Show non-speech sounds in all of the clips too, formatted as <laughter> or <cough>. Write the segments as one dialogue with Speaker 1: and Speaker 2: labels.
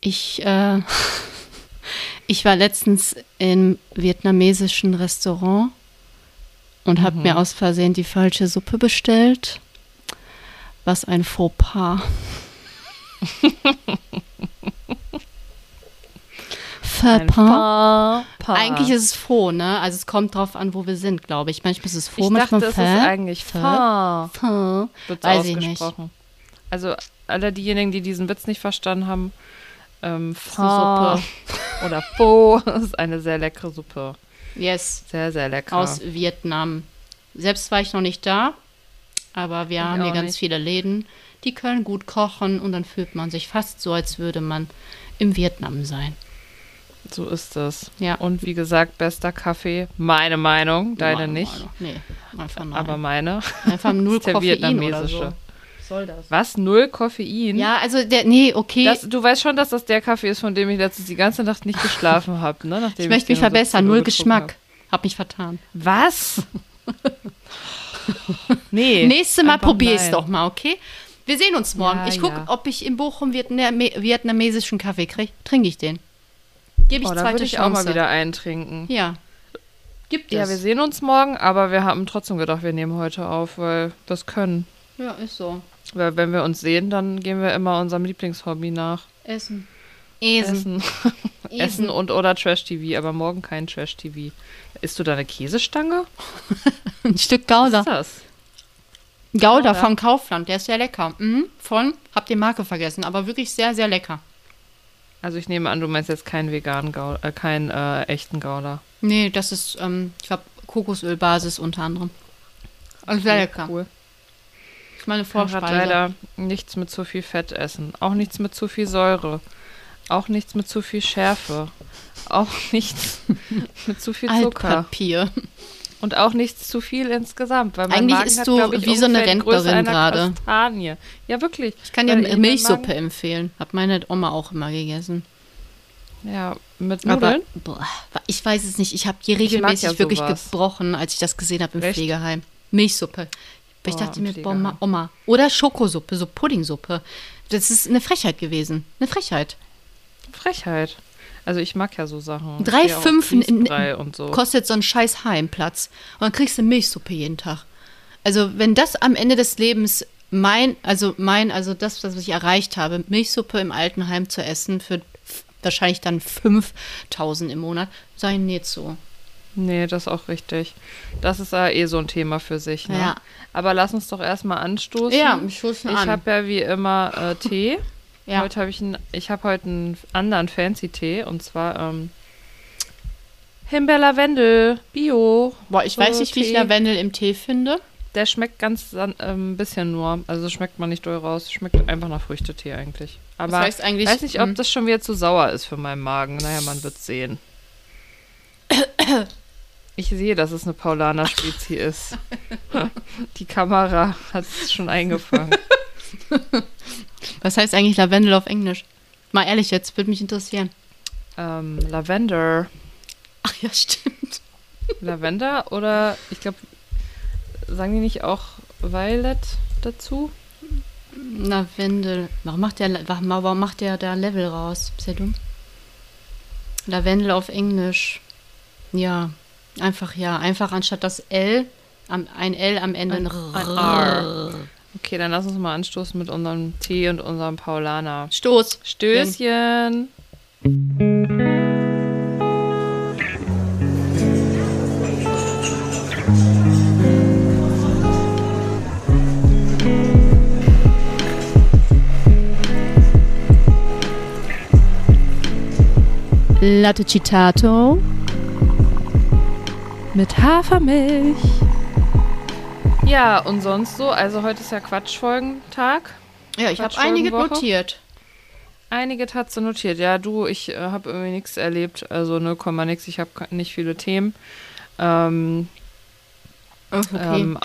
Speaker 1: Ich, äh, <laughs> ich war letztens im vietnamesischen Restaurant und
Speaker 2: Mhm.
Speaker 1: habe mir aus Versehen die falsche Suppe bestellt. Was ein
Speaker 2: <laughs>
Speaker 1: Fauxpas. Fauxpas.
Speaker 2: Paar, paar.
Speaker 1: Äh, Eigentlich ist es faux, ne? Also es kommt drauf an, wo wir sind, glaube ich. Manchmal ist es faux,
Speaker 2: ich dachte,
Speaker 1: manchmal
Speaker 2: das ist eigentlich Fahr.
Speaker 1: Faux.
Speaker 2: Wird
Speaker 1: Weiß ich nicht.
Speaker 2: ausgesprochen. Also alle diejenigen, die diesen Witz nicht verstanden haben, ähm,
Speaker 1: eine
Speaker 2: Fahr oder Po <laughs> ist eine sehr leckere Suppe.
Speaker 1: Yes,
Speaker 2: Sehr, sehr lecker.
Speaker 1: aus Vietnam. Selbst war ich noch nicht da, aber wir haben hier
Speaker 2: auch
Speaker 1: ganz
Speaker 2: nicht.
Speaker 1: viele Läden, die können gut kochen und dann fühlt man sich fast so, als würde man im Vietnam sein.
Speaker 2: so ist es.
Speaker 1: Ja.
Speaker 2: Und wie gesagt, bester Kaffee, meine Meinung, deine
Speaker 1: Meine
Speaker 2: nicht,
Speaker 1: Meinung. Nee, einfach nein.
Speaker 2: aber meine. <laughs>
Speaker 1: einfach null
Speaker 2: ist der
Speaker 1: Koffein oder
Speaker 2: vietnamesische.
Speaker 1: so. Soll das?
Speaker 2: Was? Null Koffein?
Speaker 1: Ja, also der, nee, okay.
Speaker 2: Das, du weißt schon, dass das der Kaffee ist, von dem ich letztens die ganze Nacht nicht geschlafen habe, ne? Nachdem
Speaker 1: ich möchte mich
Speaker 2: den um
Speaker 1: verbessern.
Speaker 2: 17 Uhr
Speaker 1: Null
Speaker 2: getrunken
Speaker 1: Geschmack.
Speaker 2: genau.
Speaker 1: Hab mich vertan. <laughs>
Speaker 2: hab. Was? nee.
Speaker 1: Nächstes Mal
Speaker 2: einfach
Speaker 1: probier ich's
Speaker 2: nein.
Speaker 1: doch mal, okay? Wir sehen uns morgen.
Speaker 2: Ja,
Speaker 1: ich gucke,
Speaker 2: ja.
Speaker 1: ob ich in Bochum Vietname vietnamesischen Kaffee kriege. Trinke ich den. Gebe ich
Speaker 2: Oh, da
Speaker 1: zweite
Speaker 2: würde ich auch
Speaker 1: Chance.
Speaker 2: mal wieder eintrinken.
Speaker 1: Ja. Gibt
Speaker 2: Ja, wir
Speaker 1: es.
Speaker 2: sehen uns morgen, aber wir haben trotzdem gedacht, wir nehmen heute auf, weil das können.
Speaker 1: Ja, ist so.
Speaker 2: Weil wenn wir uns sehen, dann gehen wir immer unserem Lieblingshobby nach.
Speaker 1: Essen. Esen.
Speaker 2: Essen.
Speaker 1: Esen.
Speaker 2: Essen und oder Trash-TV, aber morgen kein Trash-TV. Isst du da eine Käsestange?
Speaker 1: Ein Stück
Speaker 2: Was
Speaker 1: Gouda.
Speaker 2: ist das?
Speaker 1: Gouda
Speaker 2: Gouda.
Speaker 1: vom Kaufland. Der ist sehr lecker. Mhm. Von, hab die Marke vergessen, aber wirklich sehr, sehr lecker.
Speaker 2: Also ich nehme an, du meinst jetzt keinen veganen Gouda, äh, keinen äh, echten Gouda.
Speaker 1: Nee, das ist, ähm, ich glaube, Kokosölbasis unter anderem. Also sehr lecker.
Speaker 2: Cool.
Speaker 1: Das ist meine
Speaker 2: Man hat
Speaker 1: Vorspeise.
Speaker 2: leider nichts mit zu viel Fett essen. Auch nichts mit zu viel Säure. Auch nichts mit zu viel Schärfe. Auch <laughs> nichts mit zu viel Zucker.
Speaker 1: Altpapier.
Speaker 2: Und auch nichts zu viel insgesamt. Weil mein
Speaker 1: Eigentlich
Speaker 2: Magen
Speaker 1: isst
Speaker 2: hat,
Speaker 1: du
Speaker 2: glaub ich,
Speaker 1: wie so eine
Speaker 2: ungefähr die Größe
Speaker 1: Rentnerin
Speaker 2: einer
Speaker 1: gerade.
Speaker 2: Kastanie. Ja, wirklich.
Speaker 1: Ich kann dir
Speaker 2: Weil mein
Speaker 1: Milchsuppe empfehlen. Hat meine Oma auch immer gegessen.
Speaker 2: Magen- Ja, mit
Speaker 1: Aber
Speaker 2: Nudeln.
Speaker 1: boah, ich weiß es nicht. Ich habe die
Speaker 2: mag
Speaker 1: regelmäßig
Speaker 2: ja
Speaker 1: wirklich
Speaker 2: sowas.
Speaker 1: gebrochen, als ich das gesehen habe im
Speaker 2: Echt?
Speaker 1: Pflegeheim. Milchsuppe. Aber ich
Speaker 2: Oh,
Speaker 1: dachte
Speaker 2: im
Speaker 1: mir, boah,
Speaker 2: Pflegeheim.
Speaker 1: Ma- Oma. Oder Schokosuppe, so Puddingsuppe. Das ist eine Frechheit gewesen. Eine Frechheit.
Speaker 2: Frechheit. Also ich mag ja so Sachen.
Speaker 1: Drei
Speaker 2: Ich stehe auf
Speaker 1: Fünfen in-
Speaker 2: Grießbrei und so.
Speaker 1: Kostet so ein scheiß Heimplatz. Und dann kriegst du Milchsuppe jeden Tag. Also, wenn das am Ende des Lebens mein, also mein, also das, was ich erreicht habe, Milchsuppe im Altenheim zu essen für f- wahrscheinlich dann 5000 im Monat, sei nicht so.
Speaker 2: Nee, das ist auch richtig. Das ist ja eh so ein Thema für sich. Ne?
Speaker 1: Ja.
Speaker 2: Aber lass uns doch erstmal anstoßen.
Speaker 1: Ja, wir stoßen
Speaker 2: Ich
Speaker 1: an.
Speaker 2: habe ja wie immer äh, Tee.
Speaker 1: Ja.
Speaker 2: Heute habe ich einen, ich habe heute einen anderen fancy Tee und zwar ähm, Himbeer-Lavendel, Bio.
Speaker 1: Boah, ich weiß nicht, wie ich
Speaker 2: Tee.
Speaker 1: Lavendel im Tee finde.
Speaker 2: Der schmeckt ganz san- ähm, ein bisschen nur. Also schmeckt man nicht doll raus. Schmeckt einfach nach Früchtetee eigentlich. Aber
Speaker 1: Das heißt eigentlich,
Speaker 2: weiß nicht,
Speaker 1: mm.
Speaker 2: ob das schon wieder zu sauer ist für meinen Magen. Naja, man
Speaker 1: <coughs>
Speaker 2: wird sehen. Ich sehe, dass es eine Paulaner-Spezie
Speaker 1: <laughs>
Speaker 2: ist. Die Kamera hat es schon eingefangen.
Speaker 1: Was heißt eigentlich Lavendel auf Englisch? Mal ehrlich jetzt, würde mich interessieren. <laughs>
Speaker 2: ähm, Lavender.
Speaker 1: Ach ja, stimmt.
Speaker 2: Lavender oder ich glaube, sagen die nicht auch Violet dazu?
Speaker 1: Lavendel. Warum macht der, warum, warum macht der da Level raus? Ist der dumm? Lavendel auf Englisch. Ja, einfach ja. Einfach anstatt das L, am, ein L am Ende ein, R.
Speaker 2: Ein R. Okay, dann lass uns mal anstoßen mit unserem Tee und unserem Paulaner.
Speaker 1: Stoß.
Speaker 2: Stößchen.
Speaker 1: Latte Citato.
Speaker 2: Mit Hafermilch. Ja, und sonst so. Also heute ist ja Quatschfolgentag.
Speaker 1: Ja, ich habe
Speaker 2: Quatschfolgenwoche.
Speaker 1: einige notiert.
Speaker 2: Einige hat sie notiert. Ja, du, ich äh, habe irgendwie nichts erlebt. Also 0,0 nix. Ich habe nicht viele Themen. Ähm,
Speaker 1: Okay.
Speaker 2: ähm,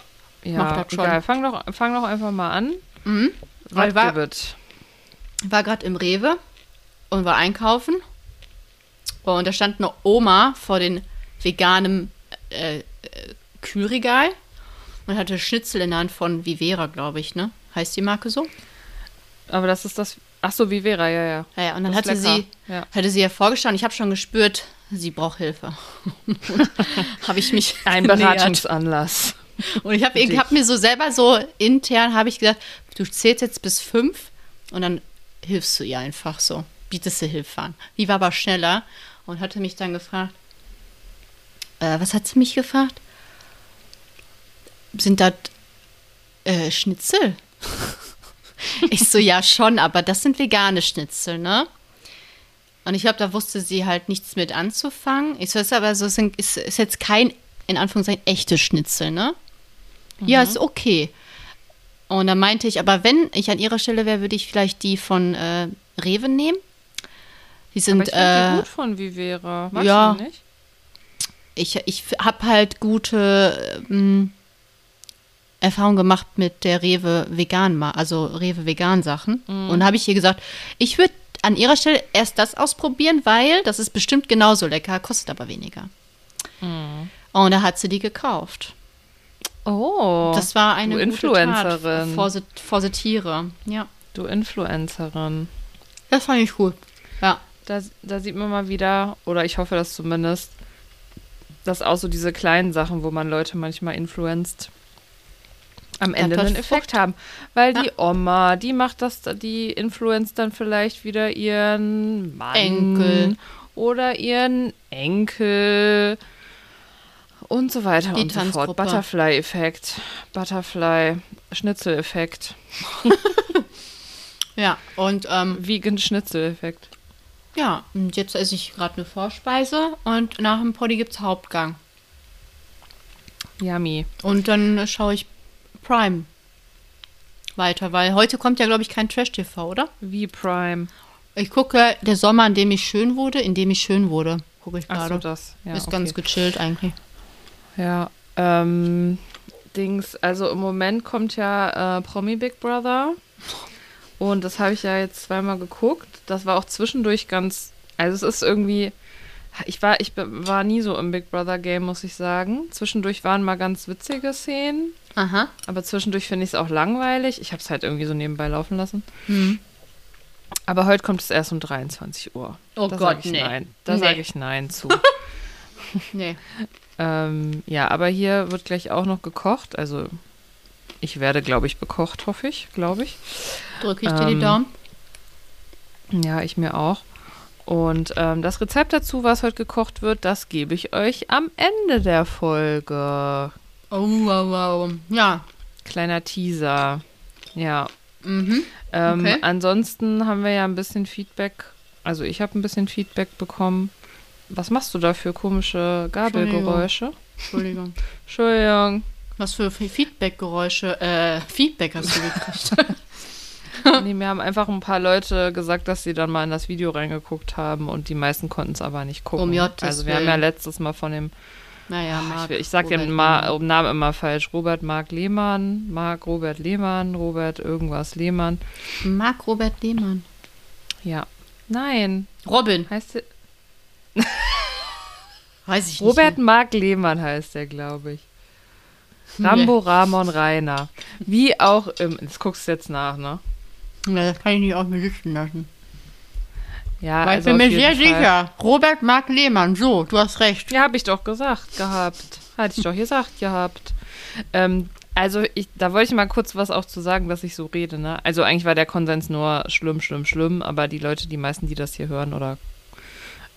Speaker 2: ja,
Speaker 1: Macht das schon.
Speaker 2: egal. Fang doch, fang doch einfach mal an.
Speaker 1: Mhm.
Speaker 2: Was
Speaker 1: Weil war-
Speaker 2: gibt?
Speaker 1: war gerade im Rewe und war einkaufen. Und da stand eine Oma vor den veganen äh, äh, Kühlregal und hatte Schnitzel in der Hand von Vivera, glaube ich, ne? Heißt die Marke so?
Speaker 2: Aber das ist das. Ach so, wie Vera, ja, ja.
Speaker 1: Ja, ja, und dann
Speaker 2: Das
Speaker 1: hatte
Speaker 2: ist lecker.
Speaker 1: sie,
Speaker 2: Ja.
Speaker 1: hatte sie ja vorgestanden. Ich habe schon gespürt, sie braucht Hilfe. <laughs> habe ich mich
Speaker 2: Ein
Speaker 1: genähert.
Speaker 2: Beratungsanlass.
Speaker 1: Und ich habe hab mir so selber so intern habe ich gesagt, du zählst jetzt bis fünf und dann hilfst du ihr einfach so, bietest du Hilfe an. Die war aber schneller und hatte mich dann gefragt, äh, was hat sie mich gefragt? Sind das äh,
Speaker 2: <laughs>
Speaker 1: Schnitzel? ich so, ja schon, aber das sind vegane Schnitzel, ne? Und ich glaube, da wusste sie halt nichts mit anzufangen. Ich so, ist aber so, es sind- ist, ist jetzt kein, in Anführungszeichen, echtes Schnitzel, ne? Ja,
Speaker 2: Mhm.
Speaker 1: ist okay. Und dann meinte ich, aber wenn ich an ihrer Stelle wäre, würde ich vielleicht die von äh, Rewe nehmen. Die
Speaker 2: Aber
Speaker 1: sind,
Speaker 2: ich fand die
Speaker 1: äh,
Speaker 2: gut von Vivera. Magst
Speaker 1: ja.
Speaker 2: du die nicht?
Speaker 1: ich, ich habe halt gute ähm, Erfahrungen gemacht mit der Rewe vegan, Ma- also Rewe vegan Sachen.
Speaker 2: Mhm.
Speaker 1: Und habe ich ihr gesagt, ich würde an ihrer Stelle erst das ausprobieren, weil das ist bestimmt genauso lecker, kostet aber weniger.
Speaker 2: Mhm.
Speaker 1: Und da hat sie die gekauft.
Speaker 2: Oh,
Speaker 1: Das war eine
Speaker 2: du
Speaker 1: gute Tat
Speaker 2: Influencerin.
Speaker 1: vor, the- vor the Tiere. Ja,
Speaker 2: du Influencerin.
Speaker 1: das fand ich gut. Ja.
Speaker 2: Da, da sieht man mal wieder, oder ich hoffe das zumindest, dass auch so diese kleinen Sachen, wo man Leute manchmal influenzt, am Ende
Speaker 1: das
Speaker 2: einen
Speaker 1: Frucht.
Speaker 2: Effekt haben. Weil die Oma, die macht das, die influenzt dann vielleicht wieder ihren Mann
Speaker 1: Enkel.
Speaker 2: oder ihren Enkel und so weiter
Speaker 1: Die
Speaker 2: und so fort.
Speaker 1: Tanzgruppe.
Speaker 2: Butterfly-Effekt, Butterfly-Schnitzel-Effekt,
Speaker 1: Ja, und ähm,
Speaker 2: Vegan-Schnitzel-Effekt.
Speaker 1: ja, und jetzt esse ich gerade eine Vorspeise und nach dem Poddy gibt's Hauptgang.
Speaker 2: Yummy.
Speaker 1: Und dann äh, schaue ich Prime weiter, weil heute kommt ja, glaube ich, kein Trash-TV, oder?
Speaker 2: Wie Prime.
Speaker 1: Ich gucke der Sommer, in dem ich schön wurde, in dem ich schön wurde, gucke ich
Speaker 2: Ach
Speaker 1: gerade.
Speaker 2: so, das. Ja,
Speaker 1: Ist
Speaker 2: okay.
Speaker 1: ganz gechillt eigentlich.
Speaker 2: Ja, ähm, Dings, also im Moment kommt ja äh, Promi Big Brother. Und das habe ich ja jetzt zweimal geguckt. Das war auch zwischendurch ganz. Also es ist irgendwie. Ich war, ich be- war nie so im Big Brother Game, muss ich sagen. Zwischendurch waren mal ganz witzige Szenen,
Speaker 1: Aha.
Speaker 2: aber zwischendurch finde ich es auch langweilig. Ich habe es halt irgendwie so nebenbei laufen lassen.
Speaker 1: Hm.
Speaker 2: Aber heute kommt es erst um 23 Uhr.
Speaker 1: Oh
Speaker 2: da
Speaker 1: Gott,
Speaker 2: sag ich
Speaker 1: nee.
Speaker 2: nein. Da
Speaker 1: Nee.
Speaker 2: sage ich
Speaker 1: <laughs>
Speaker 2: nein zu.
Speaker 1: Nee.
Speaker 2: Ähm, ja, aber hier wird gleich auch noch gekocht. Also ich werde, glaube ich, bekocht, hoffe ich, glaube ich.
Speaker 1: Drücke ich dir die
Speaker 2: Ähm,
Speaker 1: Daumen.
Speaker 2: Ja, ich mir auch. Und ähm, das Rezept dazu, was heute gekocht wird, das gebe ich euch am Ende der Folge.
Speaker 1: Oh, wow, wow. Ja.
Speaker 2: Kleiner Teaser. Ja.
Speaker 1: Mhm.
Speaker 2: Ähm,
Speaker 1: Okay.
Speaker 2: Ansonsten haben wir ja ein bisschen Feedback. Also ich habe ein bisschen Feedback bekommen. Was machst du da für komische Gabelgeräusche?
Speaker 1: Entschuldigung.
Speaker 2: Entschuldigung.
Speaker 1: Was für Feedback-Geräusche, äh, Feedback hast du gekriegt?
Speaker 2: <laughs> Nee, mir haben einfach ein paar Leute gesagt, dass sie dann mal in das Video reingeguckt haben und die meisten konnten es aber nicht gucken.
Speaker 1: Um Gottes
Speaker 2: also wir haben
Speaker 1: Willen.
Speaker 2: ja letztes Mal von dem,
Speaker 1: Naja,
Speaker 2: ich,
Speaker 1: Marc.
Speaker 2: will- ich sag den
Speaker 1: Robert
Speaker 2: Ma
Speaker 1: Lehmann.
Speaker 2: um Namen immer falsch, Robert Mark Lehmann, Mark Robert Lehmann, Robert irgendwas Lehmann.
Speaker 1: Marc Robert Lehmann.
Speaker 2: Ja. Nein,
Speaker 1: Robin.
Speaker 2: heißt der,
Speaker 1: Weiß ich
Speaker 2: Robert
Speaker 1: nicht.
Speaker 2: Mark Lehmann heißt der, glaube ich. Rambo Ramon Rainer. Wie auch im, das guckst du jetzt nach, ne?
Speaker 1: Robert. Ja, das kann ich nicht auf mir sitzen lassen.
Speaker 2: Ja,
Speaker 1: Weil
Speaker 2: also
Speaker 1: ich
Speaker 2: auf
Speaker 1: bin mir
Speaker 2: jeden
Speaker 1: sehr
Speaker 2: Fall.
Speaker 1: sicher. Robert Marc Lehmann. So, du hast recht.
Speaker 2: Ja, habe ich doch gesagt gehabt. Hatte ich doch gesagt gehabt. Ähm, also ich, da wollte ich mal kurz was auch zu sagen, dass ich so rede. Ne? Also eigentlich war der Konsens nur schlimm, schlimm, schlimm. Aber die Leute, die meisten, die das hier hören oder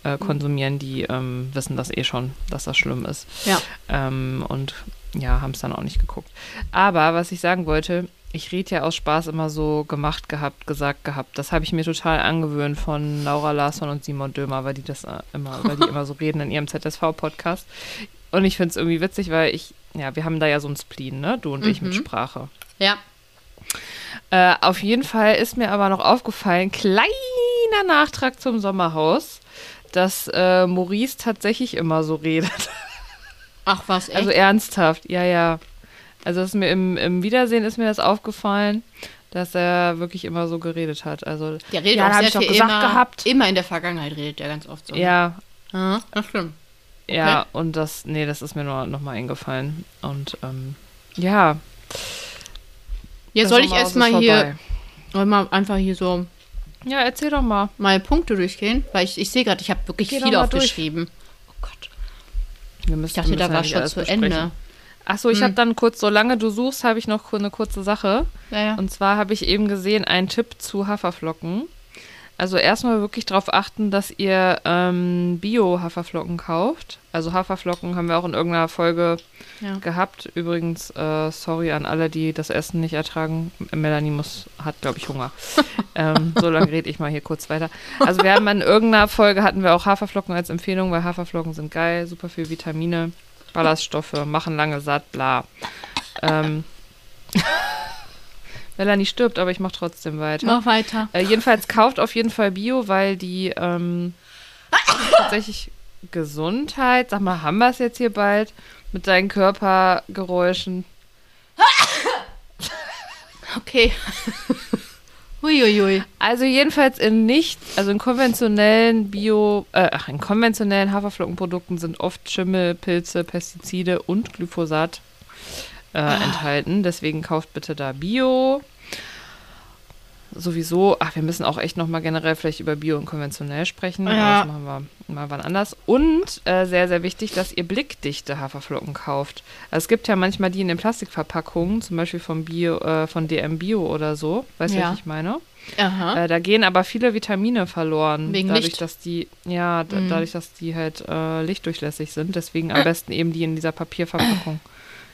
Speaker 2: äh, konsumieren, die ähm, wissen das eh schon, dass das schlimm ist.
Speaker 1: Ja.
Speaker 2: Ähm, und ja, haben es dann auch nicht geguckt. Aber was ich sagen wollte, ich rede ja aus Spaß immer so gemacht gehabt, gesagt gehabt. Das habe ich mir total angewöhnt von Laura Larsson und Simon Dömer, weil die das äh, immer, weil die immer so reden in ihrem ZSV-Podcast. Und ich finde es irgendwie witzig, weil ich, ja, wir haben da ja so ein Spleen, ne? Du und ich mit Sprache.
Speaker 1: Ja.
Speaker 2: Äh, auf jeden Fall ist mir aber noch aufgefallen, kleiner Nachtrag zum Sommerhaus, dass äh, Maurice tatsächlich immer so redet.
Speaker 1: Ach was, echt?
Speaker 2: Also ernsthaft, ja, ja. Also ist mir im, im Wiedersehen ist mir das aufgefallen, dass er wirklich immer so geredet hat. Also
Speaker 1: der redet
Speaker 2: ja,
Speaker 1: auch
Speaker 2: da hab
Speaker 1: sehr
Speaker 2: ich doch
Speaker 1: viel
Speaker 2: gesagt
Speaker 1: immer,
Speaker 2: gehabt.
Speaker 1: immer in der Vergangenheit redet er ganz oft so.
Speaker 2: ja,
Speaker 1: Ja, das stimmt.
Speaker 2: Ja, und das, nee, das ist mir nur nochmal eingefallen. Und ähm, ja.
Speaker 1: Ja,
Speaker 2: das
Speaker 1: soll ich
Speaker 2: Sommerhaus ist
Speaker 1: erstmal hier,
Speaker 2: vorbei.
Speaker 1: soll mal einfach hier so
Speaker 2: Ja, erzähl doch mal.
Speaker 1: mal Punkte durchgehen? Weil ich, ich sehe gerade, ich habe wirklich
Speaker 2: Geh doch
Speaker 1: viel
Speaker 2: mal durch.
Speaker 1: aufgeschrieben. Oh Gott.
Speaker 2: Wir müssen,
Speaker 1: Ich dachte,
Speaker 2: wir müssen
Speaker 1: da
Speaker 2: ja
Speaker 1: war
Speaker 2: nicht
Speaker 1: schon
Speaker 2: alles
Speaker 1: zu
Speaker 2: besprechen.
Speaker 1: Ende. Hm.
Speaker 2: Ach so, ich habe dann kurz, solange du suchst, habe ich noch eine kurze Sache.
Speaker 1: Ja, ja.
Speaker 2: Und zwar habe ich eben gesehen einen Tipp zu Haferflocken. Also erstmal wirklich darauf achten, dass ihr ähm, Bio-Haferflocken kauft. Also Haferflocken haben wir auch in irgendeiner Folge
Speaker 1: ja.
Speaker 2: gehabt. Übrigens, äh, sorry an alle, die das Essen nicht ertragen. Melanie muss, hat, glaube ich, Hunger. ähm, so lange rede ich mal hier kurz weiter. Also wir haben in irgendeiner Folge hatten wir auch Haferflocken als Empfehlung, weil Haferflocken sind geil, super viel Vitamine, Ballaststoffe, machen lange satt, bla. Ähm, <laughs> Melanie stirbt, aber ich mache trotzdem weiter.
Speaker 1: Mach weiter.
Speaker 2: Äh, jedenfalls kauft auf jeden Fall Bio, weil die ähm, tatsächlich Gesundheit, sag mal, haben wir es jetzt hier bald mit deinen Körpergeräuschen?
Speaker 1: Okay. <laughs> Huiuiui.
Speaker 2: Also jedenfalls in nicht, also in konventionellen Bio, äh, ach, in konventionellen Haferflockenprodukten sind oft Schimmel, Pilze, Pestizide und Glyphosat äh,
Speaker 1: Ah.
Speaker 2: enthalten. Deswegen kauft bitte da Bio. Sowieso, ach, wir müssen auch echt nochmal generell vielleicht über Bio und konventionell sprechen.
Speaker 1: Ja.
Speaker 2: Aber das machen wir mal wann anders. Und äh, sehr, sehr wichtig, dass ihr blickdichte Haferflocken kauft. Also es gibt ja manchmal die in den Plastikverpackungen, zum Beispiel von, Bio, äh, von DM Bio oder so. Weißt du,
Speaker 1: Ja.
Speaker 2: was ich meine?
Speaker 1: Aha.
Speaker 2: Äh, da gehen aber viele Vitamine verloren.
Speaker 1: Wegen
Speaker 2: dadurch,
Speaker 1: Licht. Mhm.
Speaker 2: dass die, ja, da, dadurch, dass die halt äh, lichtdurchlässig sind. Deswegen am besten eben die in dieser Papierverpackung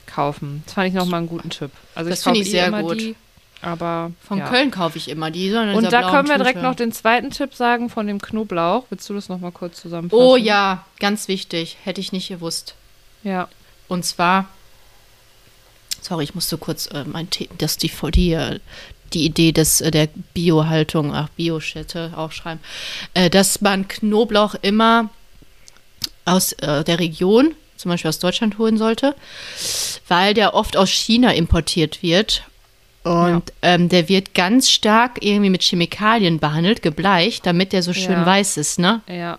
Speaker 2: kaufen. Das fand ich nochmal einen guten Tipp. Also
Speaker 1: Das
Speaker 2: ich kaufe
Speaker 1: finde ich
Speaker 2: eh
Speaker 1: sehr
Speaker 2: immer
Speaker 1: gut.
Speaker 2: Die, aber
Speaker 1: Von
Speaker 2: ja.
Speaker 1: Köln kaufe ich immer die. sondern in
Speaker 2: Und
Speaker 1: dieser
Speaker 2: da können wir
Speaker 1: blauen
Speaker 2: direkt
Speaker 1: Tüte.
Speaker 2: noch den zweiten Tipp sagen von dem Knoblauch. Willst du das nochmal kurz zusammenfassen?
Speaker 1: Oh ja, ganz wichtig. Hätte ich nicht gewusst.
Speaker 2: Ja.
Speaker 1: Und zwar, sorry, ich musste kurz äh, mein Tee, das die die, äh, die Idee des äh, der Biohaltung, ach Bioschette aufschreiben, äh, dass man Knoblauch immer aus äh, der Region, zum Beispiel aus Deutschland holen sollte, weil der oft aus China importiert wird. Und ähm, der wird ganz stark irgendwie mit Chemikalien behandelt, gebleicht, damit der so schön
Speaker 2: Ja.
Speaker 1: weiß ist, ne?
Speaker 2: Ja.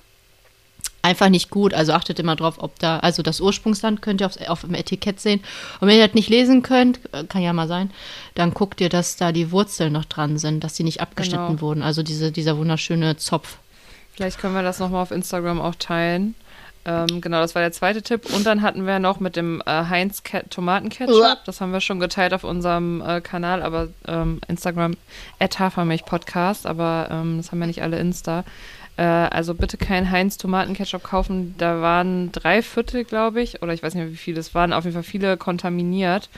Speaker 1: einfach nicht gut. Also achtet immer drauf, ob da, also das Ursprungsland könnt ihr auf, auf dem Etikett sehen. Und wenn ihr das nicht lesen könnt, äh, kann ja mal sein, dann guckt ihr, dass da die Wurzeln noch dran sind, dass die nicht abgeschnitten
Speaker 2: Genau.
Speaker 1: wurden. Also diese, dieser wunderschöne Zopf.
Speaker 2: Vielleicht können wir das nochmal auf Instagram auch teilen. Ähm, genau, das war der zweite Tipp. Und dann hatten wir noch mit dem äh, Heinz Ke-
Speaker 1: Uah.
Speaker 2: Tomatenketchup. Das haben wir schon geteilt auf unserem äh, Kanal, aber ähm, Instagram Hafermilch-Podcast. Aber ähm, das haben ja nicht alle Insta. Äh, also bitte kein Heinz Tomatenketchup kaufen. Da waren drei Viertel, glaube ich, oder ich weiß nicht mehr, wie viele es waren. Auf jeden Fall viele kontaminiert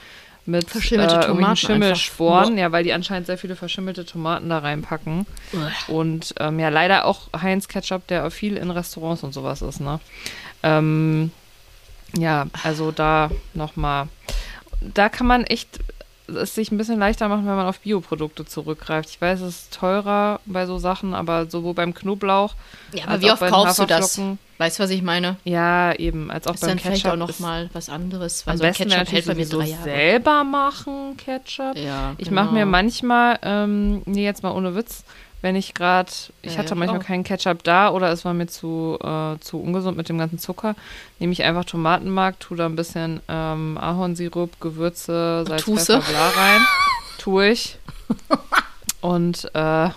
Speaker 2: mit äh,
Speaker 1: Verschimmelte Tomaten
Speaker 2: irgendwelchen
Speaker 1: einfach.
Speaker 2: Schimmelsporen. Ja, weil die anscheinend sehr viele verschimmelte Tomaten da reinpacken. Und ähm, ja, leider auch Heinz Ketchup, der viel in Restaurants und sowas ist, ne? Ähm, ja, also da nochmal. Da kann man echt es sich ein bisschen leichter machen, wenn man auf Bioprodukte zurückgreift. Ich weiß, es ist teurer bei so Sachen, aber sowohl beim Knoblauch.
Speaker 1: Ja, aber
Speaker 2: als
Speaker 1: wie
Speaker 2: auch
Speaker 1: oft
Speaker 2: bei den
Speaker 1: kaufst du das?
Speaker 2: Haferflocken-
Speaker 1: Weißt du, was ich meine?
Speaker 2: Ja, eben, als auch
Speaker 1: Ist
Speaker 2: beim
Speaker 1: dann vielleicht
Speaker 2: Ketchup.
Speaker 1: auch noch
Speaker 2: ist
Speaker 1: mal was anderes. Weil
Speaker 2: am
Speaker 1: so ein
Speaker 2: besten wäre
Speaker 1: Also Ketchup hält bei mir
Speaker 2: natürlich
Speaker 1: drei
Speaker 2: sowieso
Speaker 1: Jahre.
Speaker 2: selber machen, Ketchup.
Speaker 1: Ja, genau.
Speaker 2: Ich mache mir manchmal, ähm, nee, jetzt mal ohne Witz, wenn ich gerade, ich
Speaker 1: Ja,
Speaker 2: hatte
Speaker 1: ja,
Speaker 2: manchmal
Speaker 1: auch.
Speaker 2: keinen Ketchup da oder es war mir zu, äh, zu ungesund mit dem ganzen Zucker, nehme ich einfach Tomatenmark, tue da ein bisschen ähm, Ahornsirup, Gewürze, Salz,
Speaker 1: Tuße.
Speaker 2: Pfeffer, bla rein. Tue ich. Und
Speaker 1: <laughs>
Speaker 2: äh,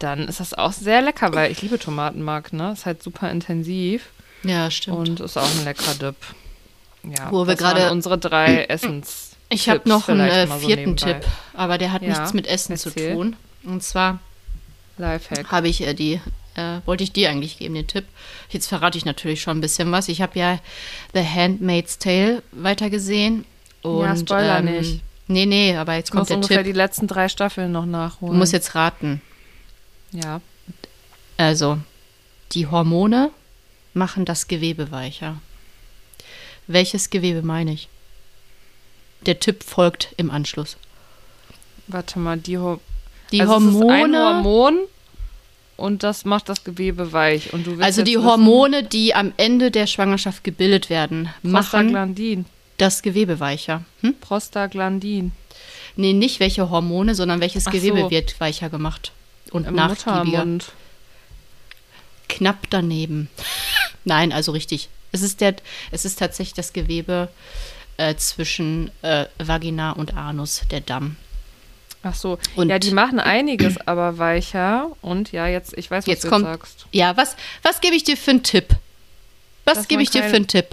Speaker 2: dann ist das auch sehr lecker, weil ich liebe Tomatenmark, ne? Ist halt super intensiv
Speaker 1: Ja, stimmt.
Speaker 2: und ist auch ein leckerer Dip. Ja,
Speaker 1: Wo wir
Speaker 2: das waren
Speaker 1: gerade- <clears throat>
Speaker 2: unsere drei Essens.
Speaker 1: Ich habe noch einen
Speaker 2: vielleicht
Speaker 1: äh,
Speaker 2: mal so
Speaker 1: vierten
Speaker 2: nebenbei.
Speaker 1: Tipp, aber der hat
Speaker 2: Ja,
Speaker 1: nichts mit Essen zu
Speaker 2: erzähl.
Speaker 1: tun. Und zwar
Speaker 2: Lifehack.
Speaker 1: habe ich äh, die, äh, wollte ich dir eigentlich geben, den Tipp. Jetzt verrate ich natürlich schon ein bisschen was. Ich habe ja The Handmaid's Tale weitergesehen. Und,
Speaker 2: Spoiler
Speaker 1: ähm,
Speaker 2: nicht.
Speaker 1: Nee, nee, aber jetzt
Speaker 2: Ich muss
Speaker 1: kommt der
Speaker 2: ungefähr
Speaker 1: Tipp.
Speaker 2: die letzten drei Staffeln noch
Speaker 1: Du
Speaker 2: nachholen.
Speaker 1: musst jetzt raten.
Speaker 2: ja.
Speaker 1: Also, die Hormone machen das Gewebe weicher. Welches Gewebe meine ich? Der Tipp folgt im Anschluss.
Speaker 2: Warte mal, die, Ho
Speaker 1: Die
Speaker 2: also Es ist ein
Speaker 1: Hormone.
Speaker 2: Hormon und das macht das Gewebe weich. Und du willst
Speaker 1: also
Speaker 2: jetzt
Speaker 1: die
Speaker 2: wissen,
Speaker 1: Hormone, die am Ende der Schwangerschaft gebildet werden, machen
Speaker 2: Prostaglandin.
Speaker 1: das Gewebe weicher. Hm?
Speaker 2: Prostaglandin.
Speaker 1: Nee, nicht welche Hormone, sondern welches
Speaker 2: Ach
Speaker 1: Gewebe
Speaker 2: so.
Speaker 1: wird weicher gemacht und
Speaker 2: Im
Speaker 1: nachgiebiger.
Speaker 2: Muttermund.
Speaker 1: Knapp daneben. <laughs> Nein, also richtig. Es ist, der, es ist tatsächlich das Gewebe äh, zwischen äh, Vagina und Anus, der Damm.
Speaker 2: Ach so.
Speaker 1: Und-
Speaker 2: ja, die machen einiges, aber weicher. Und ja, jetzt, ich weiß, was
Speaker 1: Jetzt
Speaker 2: du
Speaker 1: kommt-
Speaker 2: sagst.
Speaker 1: Ja, was, was gebe ich dir für einen Tipp? Was
Speaker 2: Dass
Speaker 1: gebe
Speaker 2: man
Speaker 1: ich dir
Speaker 2: kein-
Speaker 1: für einen Tipp?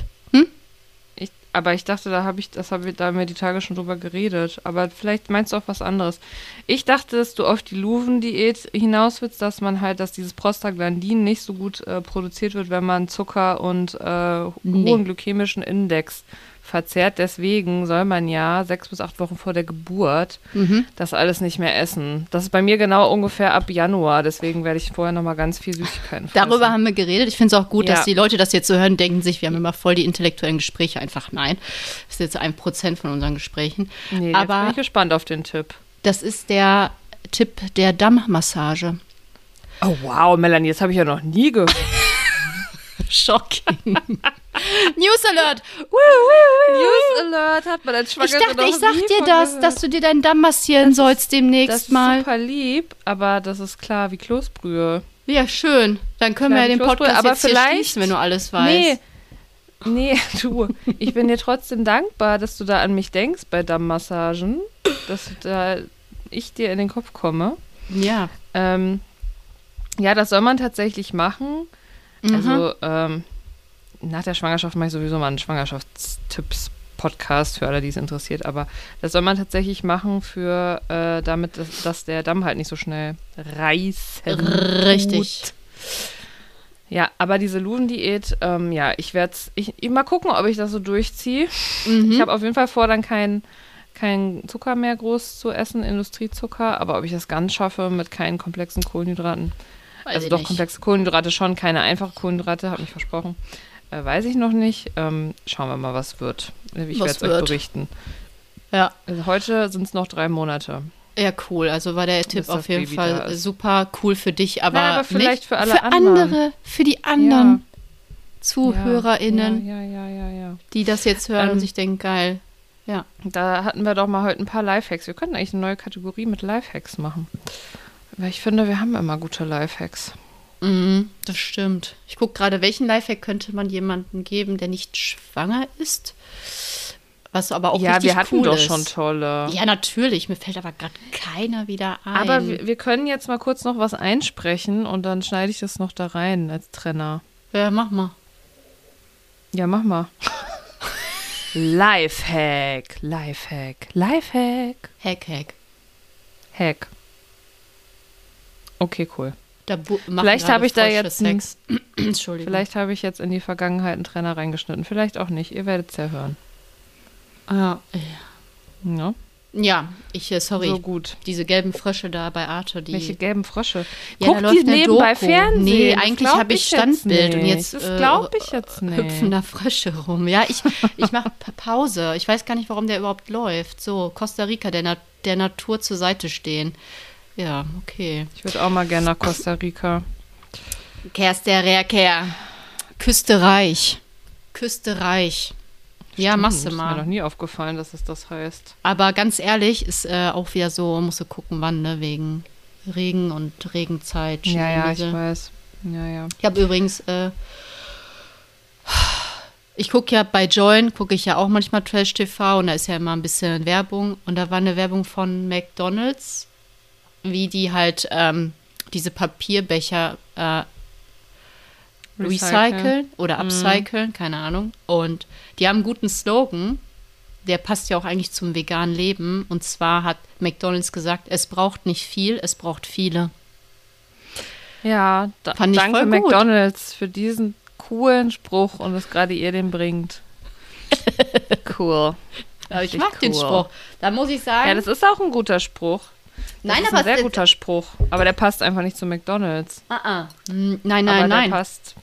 Speaker 2: Ich, aber ich dachte, da habe ich, das haben wir, da haben wir die Tage schon drüber geredet. Aber vielleicht meinst du auch was anderes. Ich dachte, dass du auf die Luven-Diät hinaus willst, dass man halt, dass dieses Prostaglandin nicht so gut äh, produziert wird, wenn man Zucker und äh, ho-
Speaker 1: Nee.
Speaker 2: hohen glykämischen Index verzehrt. Deswegen soll man ja sechs bis acht Wochen vor der Geburt das alles nicht mehr essen. Das ist bei mir genau ungefähr ab Januar. Deswegen werde ich vorher noch mal ganz viel Süßigkeiten
Speaker 1: Darüber
Speaker 2: fressen.
Speaker 1: haben wir geredet. Ich finde es auch gut,
Speaker 2: Ja.
Speaker 1: dass die Leute das jetzt so hören, denken sich, wir haben immer voll die intellektuellen Gespräche. Einfach nein. Das ist jetzt ein Prozent von unseren Gesprächen.
Speaker 2: Nee, jetzt bin
Speaker 1: Aber
Speaker 2: ich gespannt auf den Tipp.
Speaker 1: das ist der Tipp der Dammmassage.
Speaker 2: Oh wow, Melanie, das habe ich ja noch nie gehört. <laughs>
Speaker 1: Shocking. News Alert. Woo, woo, woo.
Speaker 2: News Alert hat man als
Speaker 1: Ich
Speaker 2: Schwangere
Speaker 1: dachte,
Speaker 2: noch
Speaker 1: ich sag
Speaker 2: nie
Speaker 1: dir
Speaker 2: von
Speaker 1: das,
Speaker 2: gehört.
Speaker 1: dass du dir deinen Damm massieren sollst
Speaker 2: das
Speaker 1: demnächst
Speaker 2: ist
Speaker 1: mal.
Speaker 2: super lieb, aber das ist klar wie Kloßbrühe.
Speaker 1: Ja, schön. Dann können wir ja
Speaker 2: Kleine
Speaker 1: den
Speaker 2: Kloßbrühe,
Speaker 1: Podcast
Speaker 2: aber
Speaker 1: jetzt hier
Speaker 2: vielleicht-
Speaker 1: schließen, wenn du alles weißt.
Speaker 2: Nee, <laughs> nee, du, ich bin dir trotzdem dankbar, dass du da an mich denkst bei Dammmassagen, dass da ich dir in den Kopf komme.
Speaker 1: Ja.
Speaker 2: Ähm, ja, das soll man tatsächlich machen.
Speaker 1: Mhm.
Speaker 2: Also ähm, nach der Schwangerschaft mache ich sowieso mal einen Schwangerschaftstipps-Podcast für alle, die es interessiert. Aber das soll man tatsächlich machen, für äh, damit, dass, dass der Damm halt nicht so schnell reißen
Speaker 1: Richtig.
Speaker 2: tut. Ja, aber diese Luven-Diät, ähm, ja, ich werde es, ich, ich mal gucken, ob ich das so durchziehe. Ich habe auf jeden Fall vor, dann keinen kein Zucker mehr groß zu essen, Industriezucker, aber ob ich das ganz schaffe mit keinen komplexen Kohlenhydraten.
Speaker 1: Weiß
Speaker 2: also
Speaker 1: ich
Speaker 2: doch
Speaker 1: nicht.
Speaker 2: komplexe Kohlenhydrate schon, keine einfache Kohlenhydrate, habe ich versprochen. Äh, weiß ich noch nicht. Ähm, schauen wir mal, was wird. Äh, Ich
Speaker 1: Was
Speaker 2: werde es euch
Speaker 1: wird?
Speaker 2: berichten.
Speaker 1: Ja.
Speaker 2: Also heute sind es noch drei Monate.
Speaker 1: Ja, cool. Also war der
Speaker 2: Bis
Speaker 1: Tipp
Speaker 2: das
Speaker 1: auf jeden
Speaker 2: Baby da
Speaker 1: Fall
Speaker 2: ist.
Speaker 1: super cool für dich, aber,
Speaker 2: aber vielleicht
Speaker 1: nicht
Speaker 2: für alle
Speaker 1: für
Speaker 2: anderen.
Speaker 1: andere, für die anderen ZuhörerInnen,
Speaker 2: Ja, ja, ja, ja, ja.
Speaker 1: die das jetzt hören
Speaker 2: Ähm,
Speaker 1: und sich denken, geil. Ja.
Speaker 2: Da hatten wir doch mal heute ein paar Lifehacks. Wir könnten eigentlich eine neue Kategorie mit Lifehacks machen. Weil ich finde, wir haben immer gute Lifehacks.
Speaker 1: Mhm, das stimmt. Ich gucke gerade, welchen Lifehack könnte man jemandem geben, der nicht schwanger ist? Was aber auch
Speaker 2: ja,
Speaker 1: richtig
Speaker 2: wir hatten
Speaker 1: cool
Speaker 2: doch
Speaker 1: ist.
Speaker 2: schon tolle.
Speaker 1: Ja, natürlich. Mir fällt aber gerade keiner wieder ein.
Speaker 2: Aber wir, wir können jetzt mal kurz noch was einsprechen und dann schneide ich das noch da rein als Trenner.
Speaker 1: ja, mach mal.
Speaker 2: Ja, mach mal. Lifehack, Lifehack, Lifehack.
Speaker 1: Hack, hack.
Speaker 2: Hack. Okay, cool.
Speaker 1: Da bu- machen
Speaker 2: Vielleicht
Speaker 1: gerade
Speaker 2: habe ich da
Speaker 1: Frösche
Speaker 2: jetzt einen-
Speaker 1: Sex. <clears throat> Entschuldigung.
Speaker 2: Vielleicht habe ich jetzt in die Vergangenheit einen Trenner reingeschnitten. Vielleicht auch nicht. Ihr werdet es ja hören.
Speaker 1: Ah, Ja,
Speaker 2: Ja,
Speaker 1: ja ich, äh, sorry.
Speaker 2: so gut.
Speaker 1: Diese gelben Frösche da bei Arte, die.
Speaker 2: Welche gelben Frösche?
Speaker 1: Ja,
Speaker 2: Guckt
Speaker 1: da läuft
Speaker 2: die
Speaker 1: eine
Speaker 2: nebenbei
Speaker 1: Doku.
Speaker 2: Fernsehen.
Speaker 1: Nee,
Speaker 2: Das
Speaker 1: eigentlich
Speaker 2: glaub
Speaker 1: habe ich
Speaker 2: jetzt
Speaker 1: Standbild und
Speaker 2: nicht.
Speaker 1: jetzt,
Speaker 2: Das
Speaker 1: äh,
Speaker 2: glaube ich jetzt
Speaker 1: <laughs>
Speaker 2: nicht.
Speaker 1: Hüpfen da Frösche rum. Ja, ich, ich mache Pause. Ich weiß gar nicht, warum der überhaupt läuft. So, Costa Rica, der, Na der Natur zur Seite stehen. Ja, okay.
Speaker 2: Ich würde auch mal gerne nach Costa Rica.
Speaker 1: Kerster Rehrkehr. Küste reich. Küste reich. ja,
Speaker 2: Stimmt,
Speaker 1: machst du
Speaker 2: Hm, Ist mir noch
Speaker 1: mal.
Speaker 2: nie aufgefallen, dass es das heißt.
Speaker 1: Aber ganz ehrlich, ist äh, auch wieder so, musst du gucken, wann, ne? Wegen Regen und Regenzeit.
Speaker 2: Ja, ja, ich
Speaker 1: Schneewiese.
Speaker 2: weiß. Ja, ja.
Speaker 1: Ich habe übrigens, äh, ich gucke ja bei Join, gucke ich ja auch manchmal Trash TV und da ist ja immer ein bisschen Werbung und da war eine Werbung von McDonald's, wie die halt ähm, diese Papierbecher äh, recyceln oder
Speaker 2: Mhm.
Speaker 1: upcyceln, keine Ahnung. Und die haben einen guten Slogan, der passt ja auch eigentlich zum veganen Leben. Und zwar hat McDonald's gesagt, es braucht nicht viel, es braucht viele.
Speaker 2: Ja, da,
Speaker 1: Fand ich
Speaker 2: danke
Speaker 1: voll gut.
Speaker 2: McDonalds für diesen coolen Spruch und dass gerade ihr
Speaker 1: <laughs>
Speaker 2: den bringt. Cool.
Speaker 1: Aber ich
Speaker 2: Richtig
Speaker 1: mag den
Speaker 2: cool.
Speaker 1: Spruch. Da muss ich sagen,
Speaker 2: Ja, das ist auch ein guter Spruch. Das
Speaker 1: Nein,
Speaker 2: ist
Speaker 1: aber
Speaker 2: ein sehr
Speaker 1: es-
Speaker 2: guter Spruch. Aber der passt einfach nicht zu McDonalds.
Speaker 1: Ah, ah. Nein, nein,
Speaker 2: Mhm. aber
Speaker 1: nein.
Speaker 2: Der passt,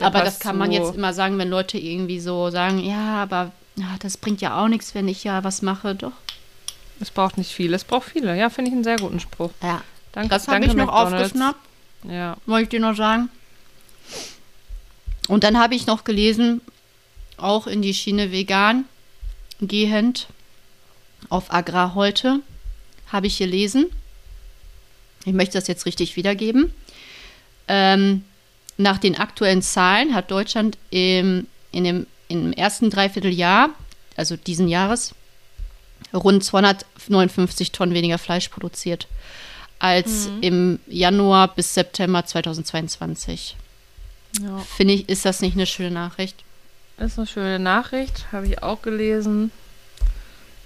Speaker 2: der
Speaker 1: aber das
Speaker 2: passt
Speaker 1: kann man
Speaker 2: zu-
Speaker 1: jetzt immer sagen, wenn Leute irgendwie so sagen, ja, aber ah, das bringt ja auch nichts, wenn ich ja was mache. Doch.
Speaker 2: Es braucht nicht viele, es braucht viele. Ja, finde ich einen sehr guten Spruch.
Speaker 1: Ja.
Speaker 2: Danke,
Speaker 1: Das habe
Speaker 2: danke,
Speaker 1: ich noch
Speaker 2: McDonald's.
Speaker 1: aufgeschnappt,
Speaker 2: Ja.
Speaker 1: wollte ich dir noch sagen. Und dann habe ich noch gelesen, auch in die Schiene vegan gehend auf Agrar heute habe ich gelesen. Ich möchte das jetzt richtig wiedergeben. Ähm, nach den aktuellen Zahlen hat Deutschland im, in dem, im ersten Dreivierteljahr, also diesen Jahres, rund 259 Tonnen weniger Fleisch produziert als
Speaker 2: Mhm.
Speaker 1: im Januar bis September 2022.
Speaker 2: Ja.
Speaker 1: Finde ich, ist das nicht eine schöne Nachricht?
Speaker 2: Ist eine schöne Nachricht, habe ich auch gelesen.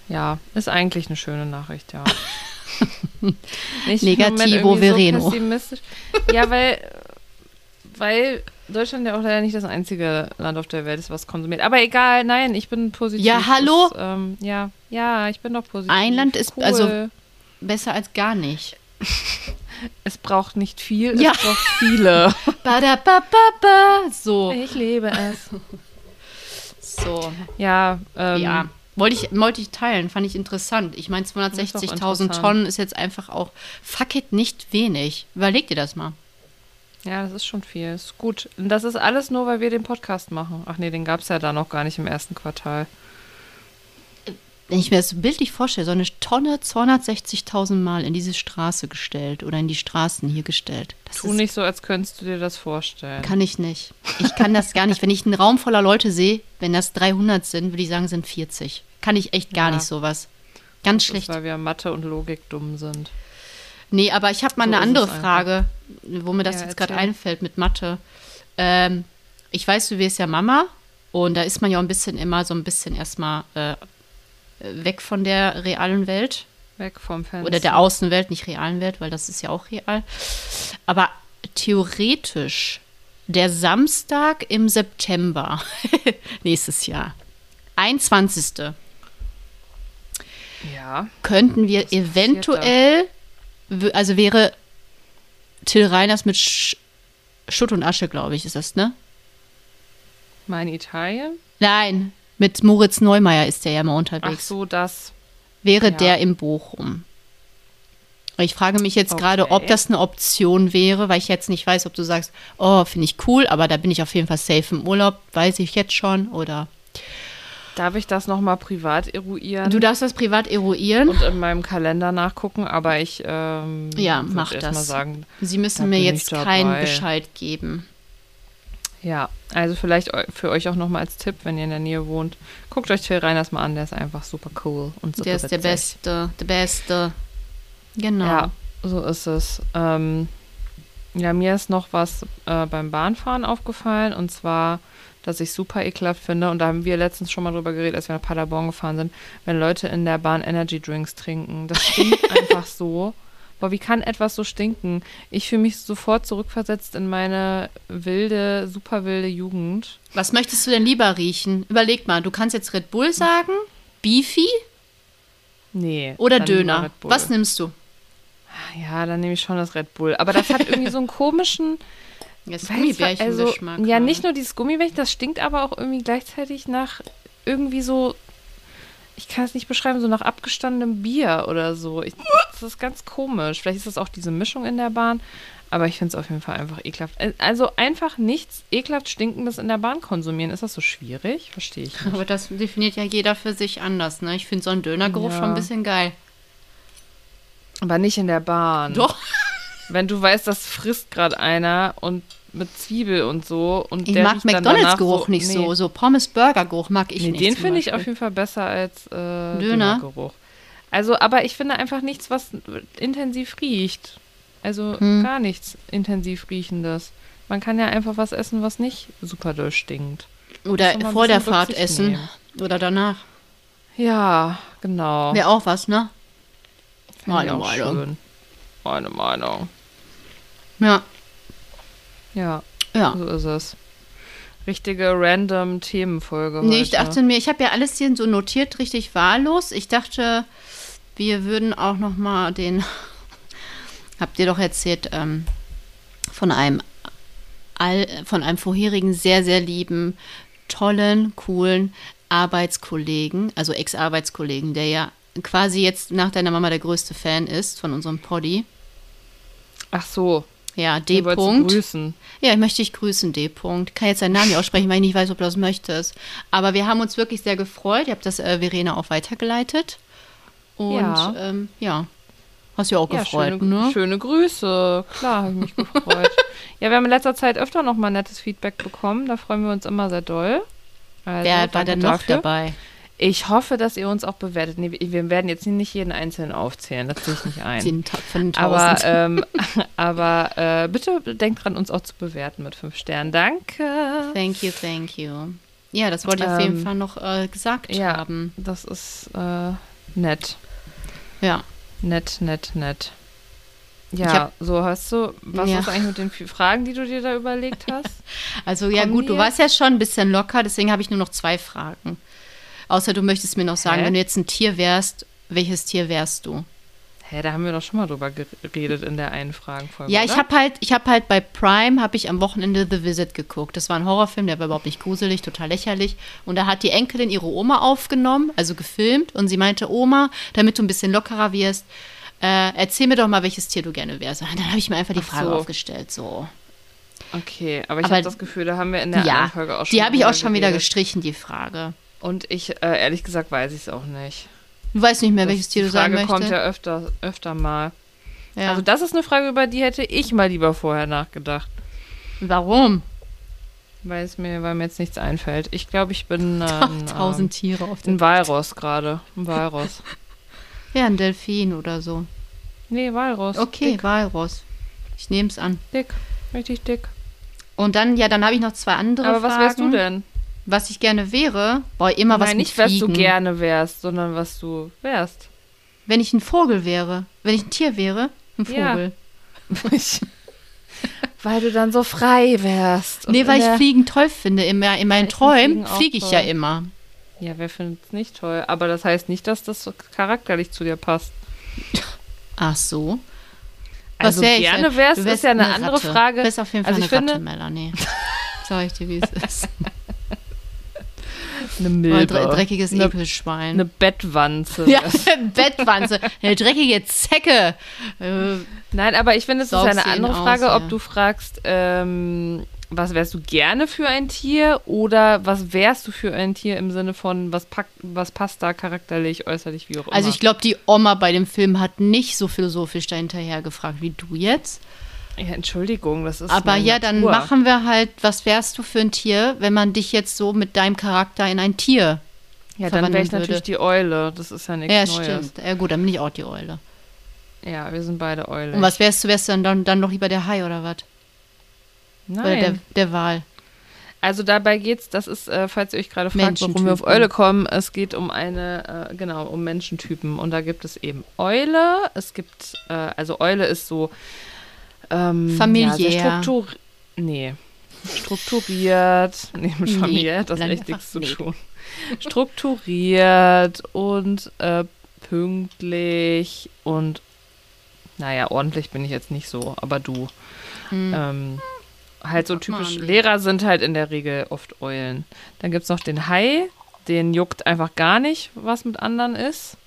Speaker 2: Ja, ist eigentlich eine schöne
Speaker 1: <laughs>
Speaker 2: Nachricht, ja. Nicht im Moment
Speaker 1: Negativo
Speaker 2: irgendwie
Speaker 1: Vereno.
Speaker 2: pessimistisch. Ja, weil, weil Deutschland ja auch leider nicht das einzige Land auf der Welt ist, was konsumiert. Aber egal, nein, ich bin positiv.
Speaker 1: Ja, hallo?
Speaker 2: Das, ähm, ja, ja, ich bin doch positiv.
Speaker 1: Ein Land ist-
Speaker 2: cool.
Speaker 1: also- Besser als gar nicht.
Speaker 2: es braucht nicht viel,
Speaker 1: Ja.
Speaker 2: es braucht
Speaker 1: <laughs>
Speaker 2: viele.
Speaker 1: Badabababa. So,
Speaker 2: Ich liebe es.
Speaker 1: so.
Speaker 2: Ja, ähm,
Speaker 1: ja. Wollte ich, wollte ich teilen, fand ich interessant. Ich meine,
Speaker 2: Ist doch
Speaker 1: 260.000
Speaker 2: interessant.
Speaker 1: Tonnen ist jetzt einfach auch, fuck it, nicht wenig. Überleg dir das mal.
Speaker 2: Ja, das ist schon viel. Ist gut. Und das ist alles nur, weil wir den Podcast machen. Ach nee, den gab es ja da noch gar nicht im ersten Quartal.
Speaker 1: Wenn ich mir das so bildlich vorstelle, so eine Tonne 260.000 Mal in diese Straße gestellt oder in die Straßen hier gestellt. Das
Speaker 2: Tu
Speaker 1: ist,
Speaker 2: nicht so, als könntest du dir das vorstellen.
Speaker 1: kann ich nicht. Ich kann das gar nicht. Wenn ich einen Raum voller Leute sehe, wenn das 300 sind, würde ich sagen, sind 40. Kann ich echt gar
Speaker 2: Ja.
Speaker 1: nicht sowas. Ganz
Speaker 2: das ist,
Speaker 1: schlecht.
Speaker 2: weil wir Mathe und Logik dumm sind.
Speaker 1: Nee, aber ich habe mal
Speaker 2: So
Speaker 1: eine
Speaker 2: ist
Speaker 1: andere
Speaker 2: es einfach.
Speaker 1: Frage, wo mir das
Speaker 2: Ja,
Speaker 1: jetzt gerade
Speaker 2: erzähl.
Speaker 1: einfällt mit Mathe. Ähm, ich weiß, du wirst ja Mama und da ist man ja ein bisschen immer so ein bisschen erstmal äh, weg von der realen Welt
Speaker 2: Weg vom Fenster.
Speaker 1: oder der Außenwelt, nicht realen Welt, weil das ist ja auch real. Aber theoretisch der Samstag im September <laughs> nächstes Jahr, 21.
Speaker 2: Ja.
Speaker 1: könnten wir
Speaker 2: passiert
Speaker 1: eventuell, w- also wäre Till Reiners mit Sch Schutt und Asche, glaube ich, ist das, ne?
Speaker 2: Mein Italien?
Speaker 1: Nein, mit Moritz Neumeier ist der ja mal
Speaker 2: Ach
Speaker 1: unterwegs.
Speaker 2: so, das.
Speaker 1: wäre
Speaker 2: ja.
Speaker 1: der im Bochum? Ich frage mich jetzt gerade, ob
Speaker 2: Okay.
Speaker 1: das eine Option wäre, weil ich jetzt nicht weiß, ob du sagst, oh, finde ich cool, aber da bin ich auf jeden Fall safe im Urlaub, weiß ich jetzt schon, oder?
Speaker 2: Darf ich das nochmal privat eruieren?
Speaker 1: Du darfst das privat eruieren.
Speaker 2: und in meinem Kalender nachgucken, aber ich ähm,
Speaker 1: Ja,
Speaker 2: würd
Speaker 1: mach
Speaker 2: erst
Speaker 1: das.
Speaker 2: Mal sagen,
Speaker 1: Sie
Speaker 2: da
Speaker 1: müssen mir
Speaker 2: bin
Speaker 1: jetzt
Speaker 2: ich
Speaker 1: keinen
Speaker 2: dabei.
Speaker 1: Bescheid geben.
Speaker 2: ja, also vielleicht eu- für euch auch nochmal als Tipp, wenn ihr in der Nähe wohnt, guckt euch Till Reiners mal an, der ist einfach super cool und super
Speaker 1: Der ist der
Speaker 2: witzig.
Speaker 1: Beste, der Beste. Genau.
Speaker 2: Ja, so ist es. Ähm, ja, mir ist noch was äh, beim Bahnfahren aufgefallen und zwar, dass ich super ekelhaft finde und da haben wir letztens schon mal drüber geredet, als wir nach Paderborn gefahren sind, wenn Leute in der Bahn Energy Drinks trinken. Das <laughs> stinkt einfach so. Boah, wie kann etwas so stinken? Ich fühle mich sofort zurückversetzt in meine wilde, super wilde Jugend.
Speaker 1: Was möchtest du denn lieber riechen? Überleg mal, du kannst jetzt Red Bull sagen, Beefy
Speaker 2: Nee.
Speaker 1: oder
Speaker 2: dann lieber
Speaker 1: Döner.
Speaker 2: Red Bull.
Speaker 1: Was nimmst du?
Speaker 2: Ja, dann nehme ich schon das Red Bull. Aber das hat irgendwie so <laughs> einen komischen,
Speaker 1: Jetzt
Speaker 2: Weiß
Speaker 1: Gummibärchen-Geschmack.
Speaker 2: Also, ja,
Speaker 1: ne?
Speaker 2: nicht nur dieses Gummibärchen, das stinkt aber auch irgendwie gleichzeitig nach irgendwie so, ich kann es nicht beschreiben, so nach abgestandenem Bier oder so. Ich, das ist ganz komisch. Vielleicht ist das auch diese Mischung in der Bahn, aber ich finde es auf jeden Fall einfach ekelhaft. Also einfach nichts ekelhaft stinkendes in der Bahn konsumieren. Ist das so schwierig? Verstehe ich nicht.
Speaker 1: Aber das definiert ja jeder für sich anders. Ne? Ich finde so einen Dönergeruch
Speaker 2: Ja.
Speaker 1: schon ein bisschen geil.
Speaker 2: Aber nicht in der Bahn.
Speaker 1: Doch.
Speaker 2: Wenn du weißt, das frisst gerade einer und mit Zwiebel und so. Und
Speaker 1: Ich
Speaker 2: der
Speaker 1: mag
Speaker 2: riecht dann danach
Speaker 1: McDonalds-Geruch nicht
Speaker 2: nee.
Speaker 1: so. So Pommes-Burger-Geruch mag ich
Speaker 2: Nee,
Speaker 1: nicht.
Speaker 2: den
Speaker 1: zum
Speaker 2: finde ich
Speaker 1: Beispiel.
Speaker 2: auf jeden Fall besser als äh,
Speaker 1: Döner?
Speaker 2: Dönergeruch. Also, aber ich finde einfach nichts, was intensiv riecht. Also
Speaker 1: Hm.
Speaker 2: gar nichts intensiv riechendes. Man kann ja einfach was essen, was nicht super doll stinkt. Muss man mal
Speaker 1: Oder
Speaker 2: ein
Speaker 1: vor der
Speaker 2: bisschen
Speaker 1: Fahrt
Speaker 2: Rücksicht
Speaker 1: essen.
Speaker 2: nehmen.
Speaker 1: Oder danach.
Speaker 2: Ja, genau.
Speaker 1: Wäre auch was, ne?
Speaker 2: Fänd ich
Speaker 1: Meine
Speaker 2: auch
Speaker 1: Meinung.
Speaker 2: schön. Meine Meinung.
Speaker 1: Ja.
Speaker 2: Ja,
Speaker 1: Ja.
Speaker 2: so ist es. Richtige random Themenfolge.
Speaker 1: Nee, ich
Speaker 2: heute.
Speaker 1: dachte mir, ich habe ja alles hier so notiert, richtig wahllos. Ich dachte, wir würden auch noch mal den, <laughs> habt ihr doch erzählt, ähm, von einem all, von einem vorherigen sehr, sehr lieben, tollen, coolen Arbeitskollegen, also Ex-Arbeitskollegen, der ja quasi jetzt nach deiner Mama der größte Fan ist von unserem Poddy.
Speaker 2: Ach so,
Speaker 1: Ja,
Speaker 2: du wolltest
Speaker 1: D-Punkt.
Speaker 2: grüßen.
Speaker 1: Ja, ich möchte dich grüßen, D. Punkt. Kann jetzt deinen Namen nicht aussprechen, weil ich nicht weiß, ob du das möchtest. Aber wir haben uns wirklich sehr gefreut. Ihr habt das äh, Verena auch weitergeleitet. Und
Speaker 2: Ja.
Speaker 1: ja, ähm, ja. hast du ja auch
Speaker 2: Ja,
Speaker 1: gefreut,
Speaker 2: schöne,
Speaker 1: ne?
Speaker 2: schöne Grüße. Klar, habe ich mich
Speaker 1: <laughs>
Speaker 2: gefreut. ja, wir haben in letzter Zeit öfter noch mal nettes Feedback bekommen. Da freuen wir uns immer sehr doll. Also,
Speaker 1: Wer war
Speaker 2: danke
Speaker 1: denn noch
Speaker 2: dafür.
Speaker 1: dabei?
Speaker 2: Ich hoffe, dass ihr uns auch bewertet. Nee, wir werden jetzt nicht jeden einzelnen aufzählen, das sehe ich nicht
Speaker 1: <laughs>
Speaker 2: ein.
Speaker 1: Den Ta- von den
Speaker 2: <laughs> Aber,
Speaker 1: 1000.
Speaker 2: ähm, <laughs> aber äh, bitte denkt dran, uns auch zu bewerten mit fünf Sternen. Danke.
Speaker 1: thank you, thank you. Ja, das wollte ich auf
Speaker 2: äh, Ähm,
Speaker 1: jeden Fall noch äh, gesagt
Speaker 2: Ja,
Speaker 1: haben.
Speaker 2: das ist äh, nett.
Speaker 1: Ja.
Speaker 2: Nett, nett, nett.
Speaker 1: Ich
Speaker 2: Ja,
Speaker 1: hab-
Speaker 2: so hast du. Was
Speaker 1: Ja.
Speaker 2: ist eigentlich mit den vier Fragen, die du dir
Speaker 1: <laughs>
Speaker 2: da überlegt hast?
Speaker 1: Also ja
Speaker 2: Kommen
Speaker 1: gut, du
Speaker 2: wir?
Speaker 1: warst ja schon ein bisschen locker, deswegen habe ich nur noch zwei Fragen. Außer du möchtest mir noch sagen,
Speaker 2: Hä?
Speaker 1: wenn du jetzt ein Tier wärst, welches Tier wärst du?
Speaker 2: Hä, da haben wir doch schon mal drüber geredet in der einen Fragenfolge.
Speaker 1: Ja,
Speaker 2: oder?
Speaker 1: ich habe halt, ich habe halt bei Prime habe ich am Wochenende The Visit geguckt. Das war ein Horrorfilm, der war überhaupt nicht gruselig, total lächerlich. Und da hat die Enkelin ihre Oma aufgenommen, also gefilmt, und sie meinte, Oma, damit du ein bisschen lockerer wirst, äh, erzähl mir doch mal, welches Tier du gerne wärst. Und dann habe ich mir einfach die
Speaker 2: Ach
Speaker 1: Frage
Speaker 2: so.
Speaker 1: aufgestellt, so.
Speaker 2: Okay, aber ich
Speaker 1: Aber-
Speaker 2: habe das Gefühl, da haben wir in der anderen
Speaker 1: ja,
Speaker 2: Folge auch schon
Speaker 1: die habe ich
Speaker 2: drüber
Speaker 1: auch schon wieder
Speaker 2: geredet.
Speaker 1: gestrichen, die Frage.
Speaker 2: Und ich, äh, ehrlich gesagt, weiß ich es auch nicht.
Speaker 1: Du weißt nicht mehr,
Speaker 2: Das-
Speaker 1: welches Tier
Speaker 2: die
Speaker 1: du sein
Speaker 2: Frage
Speaker 1: möchtest.
Speaker 2: kommt ja öfter, öfter mal.
Speaker 1: Ja.
Speaker 2: Also das ist eine Frage, über die hätte ich mal lieber vorher nachgedacht,
Speaker 1: <laughs> Warum?
Speaker 2: weil es mir, weil mir jetzt nichts einfällt. Ich glaube, ich
Speaker 1: <laughs>
Speaker 2: bin äh, ein,
Speaker 1: Tausend Tiere auf dem.
Speaker 2: ähm, ein Walross gerade.
Speaker 1: <laughs>
Speaker 2: Ein Walross. ähm.
Speaker 1: Ja, ein Delfin oder so.
Speaker 2: nee, Walross.
Speaker 1: Okay,
Speaker 2: Dick,
Speaker 1: Walross. Ich nehme es an.
Speaker 2: dick. Richtig dick.
Speaker 1: Und dann, ja, dann habe ich noch zwei andere
Speaker 2: Aber was
Speaker 1: Fragen.
Speaker 2: wärst du denn?
Speaker 1: Was ich gerne wäre, boah, immer was
Speaker 2: Nein,
Speaker 1: mit
Speaker 2: nicht, was du
Speaker 1: Fliegen.
Speaker 2: gerne wärst, sondern was du wärst.
Speaker 1: Wenn ich ein Vogel wäre, wenn ich ein Tier wäre, ein
Speaker 2: Ja.
Speaker 1: Vogel.
Speaker 2: weil du dann so frei wärst. und
Speaker 1: Nee, weil
Speaker 2: in
Speaker 1: ich
Speaker 2: der-
Speaker 1: Fliegen toll finde. Immer in meinen
Speaker 2: ich find
Speaker 1: Träumen
Speaker 2: Fliegen auch
Speaker 1: fliege ich
Speaker 2: toll.
Speaker 1: ja immer.
Speaker 2: Ja, wer findet es nicht toll? Aber das heißt nicht, dass das so charakterlich zu dir passt.
Speaker 1: Ach so.
Speaker 2: Also
Speaker 1: wär ich
Speaker 2: gerne
Speaker 1: denn?
Speaker 2: wärst,
Speaker 1: Du
Speaker 2: ist ja eine andere
Speaker 1: Ratte.
Speaker 2: Frage.
Speaker 1: Du wärst auf jeden Fall
Speaker 2: Also
Speaker 1: eine
Speaker 2: ich
Speaker 1: Ratte,
Speaker 2: finde- <laughs>
Speaker 1: Melanie. Sag ich dir, wie es ist.
Speaker 2: Eine
Speaker 1: Oder
Speaker 2: Milbe.
Speaker 1: ein dre- dreckiges
Speaker 2: eine,
Speaker 1: Ekelschwein.
Speaker 2: eine Bettwanze.
Speaker 1: Ja, <laughs> Bettwanze, eine dreckige Zecke. Äh,
Speaker 2: Nein, aber ich finde, es ist
Speaker 1: Saugst
Speaker 2: eine
Speaker 1: du ihn
Speaker 2: andere
Speaker 1: aus,
Speaker 2: Frage, ob
Speaker 1: ja.
Speaker 2: du fragst, ähm, was wärst du gerne für ein Tier oder was wärst du für ein Tier im Sinne von, was, packt, was passt da charakterlich, äußerlich, wie auch immer.
Speaker 1: also ich glaube, die Oma bei dem Film hat nicht so philosophisch dahinterher gefragt wie du jetzt.
Speaker 2: ja, Entschuldigung, das ist.
Speaker 1: Aber
Speaker 2: meine
Speaker 1: ja, dann
Speaker 2: Natur.
Speaker 1: machen wir halt, was wärst du für ein Tier, wenn man dich jetzt so mit deinem Charakter in ein Tier.
Speaker 2: Ja, dann wäre ich
Speaker 1: verwandeln würde.
Speaker 2: natürlich die Eule. Das ist ja nichts
Speaker 1: ja,
Speaker 2: Neues.
Speaker 1: stimmt. Ja gut, dann bin ich auch die Eule.
Speaker 2: Ja, wir sind beide Eulen.
Speaker 1: Und was wärst du, wärst du dann- dann, dann noch lieber der Hai oder was? Oder der,
Speaker 2: Nein.
Speaker 1: der Wal.
Speaker 2: Also dabei geht's, das ist, äh, falls ihr euch gerade fragt, warum wir auf
Speaker 1: Menschentypen.
Speaker 2: Eule kommen, es geht um eine, äh, genau, um Menschentypen. Und da gibt es eben Eule, es gibt, äh, also Eule ist so ähm, Ja,
Speaker 1: Familiär.
Speaker 2: sehr struktur nee. Strukturiert. <laughs> Nee, mit
Speaker 1: Nee,
Speaker 2: familiär hat das
Speaker 1: dann-
Speaker 2: echt nichts zu
Speaker 1: nee.
Speaker 2: tun. Strukturiert und äh, pünktlich und naja, ordentlich bin ich jetzt nicht so, aber du.
Speaker 1: Hm.
Speaker 2: Ähm, halt so typisch,
Speaker 1: Mann.
Speaker 2: Lehrer sind halt in der Regel oft Eulen. Dann gibt es noch den Hai, den juckt einfach gar nicht, was mit anderen ist.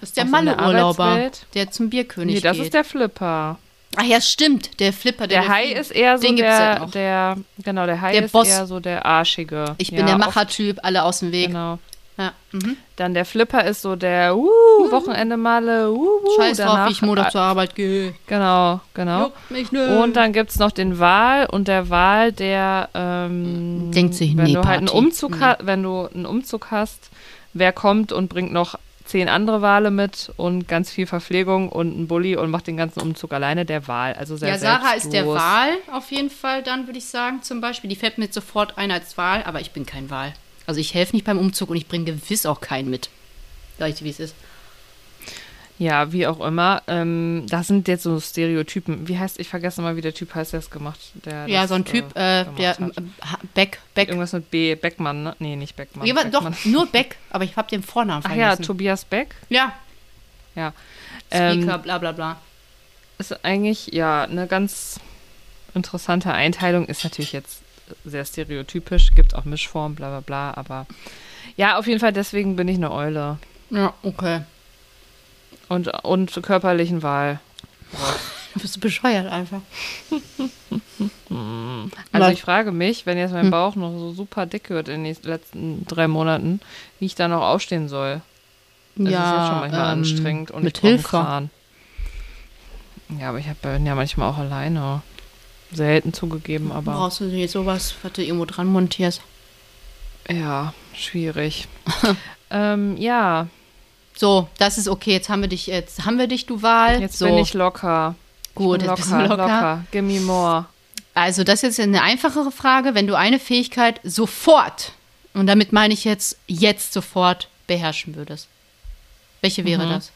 Speaker 1: Das ist der
Speaker 2: Aus einer
Speaker 1: Malle-Urlauber,
Speaker 2: Arbeitswelt?
Speaker 1: der zum Bierkönig
Speaker 2: Nee, das
Speaker 1: geht.
Speaker 2: ist der Flipper.
Speaker 1: Ach Ah ja, stimmt, der Flipper.
Speaker 2: Der Hai
Speaker 1: Delfin.
Speaker 2: ist eher so
Speaker 1: Den gibt's ja
Speaker 2: der,
Speaker 1: noch.
Speaker 2: der, genau, der Hai
Speaker 1: Der
Speaker 2: ist
Speaker 1: Boss.
Speaker 2: eher so der Arschige.
Speaker 1: Ich bin
Speaker 2: Ja,
Speaker 1: der
Speaker 2: oft-
Speaker 1: Machertyp, alle aus dem Weg.
Speaker 2: Genau.
Speaker 1: Ja, mhm.
Speaker 2: Dann der Flipper ist so der, uh, Wochenende Male, uh, uh,
Speaker 1: Scheiß drauf,
Speaker 2: danach-
Speaker 1: wie ich Montag zur Arbeit gehe.
Speaker 2: Genau, genau.
Speaker 1: Juckt mich nö.
Speaker 2: Und dann gibt es noch den Wal und der Wal, der ähm,
Speaker 1: Denkt sich,
Speaker 2: wenn
Speaker 1: nee,
Speaker 2: du halt einen
Speaker 1: Party. Hm.
Speaker 2: Umzug
Speaker 1: Nee.
Speaker 2: ha- wenn du einen Umzug hast, wer kommt und bringt noch zehn andere Wale mit und ganz viel Verpflegung und einen Bulli und macht den ganzen Umzug alleine der Wal. Also sehr
Speaker 1: ja, Sarah ist der
Speaker 2: selbstlos.
Speaker 1: Wal auf jeden Fall, dann würde ich sagen, zum Beispiel. Die fällt mir jetzt sofort ein als Wal, aber ich bin kein Wal. Also ich helfe nicht beim Umzug und ich bringe gewiss auch keinen mit. Sag ich dir, wie es ist.
Speaker 2: Ja, wie auch immer. Ähm, das sind jetzt so Stereotypen. Wie heißt, ich vergesse mal, wie der Typ heißt, der es gemacht der
Speaker 1: ja,
Speaker 2: das,
Speaker 1: so ein Typ,
Speaker 2: äh,
Speaker 1: äh,
Speaker 2: gemacht
Speaker 1: der
Speaker 2: hat.
Speaker 1: äh, Beck, Beck.
Speaker 2: Irgendwas mit B. Beckmann, ne? Nee, nicht Beckmann.
Speaker 1: Ja, aber doch,
Speaker 2: Beckmann.
Speaker 1: nur Beck, aber ich habe den Vornamen
Speaker 2: Ach ja,
Speaker 1: vergessen.
Speaker 2: Tobias Beck. Ähm,
Speaker 1: ja,
Speaker 2: Ja.
Speaker 1: Speaker, bla bla bla.
Speaker 2: ist eigentlich ja eine ganz interessante Einteilung. Ist natürlich jetzt sehr stereotypisch, gibt auch Mischformen, bla bla bla, aber ja, auf jeden Fall deswegen bin ich eine Eule
Speaker 1: Ja, okay.
Speaker 2: und, und körperlichen Wahl.
Speaker 1: Du bist bescheuert einfach.
Speaker 2: <laughs> Also
Speaker 1: Weil-
Speaker 2: ich frage mich, wenn jetzt mein
Speaker 1: Hm.
Speaker 2: Bauch noch so super dick wird in den nächsten- letzten drei Monaten, wie ich da noch aufstehen soll. Das ist ja schon manchmal
Speaker 1: ähm,
Speaker 2: anstrengend und
Speaker 1: mit
Speaker 2: ich brauch einen
Speaker 1: Hilfe.
Speaker 2: Kran. Ja, aber ich hab- bin ja manchmal auch alleine. Selten zugegeben, aber.
Speaker 1: Brauchst du jetzt sowas, was du irgendwo dran montierst?
Speaker 2: Ja, schwierig. <laughs> Ähm, ja,
Speaker 1: So, das ist okay. Jetzt haben wir dich, jetzt haben wir dich, du Wahl.
Speaker 2: jetzt
Speaker 1: so,
Speaker 2: bin ich locker.
Speaker 1: gut,
Speaker 2: bin
Speaker 1: jetzt bist du
Speaker 2: locker,
Speaker 1: locker.
Speaker 2: locker. Give me more.
Speaker 1: Also, das ist jetzt eine einfachere Frage. Wenn du eine Fähigkeit sofort, und damit meine ich jetzt, jetzt sofort beherrschen würdest, welche wäre
Speaker 2: Mhm.
Speaker 1: das?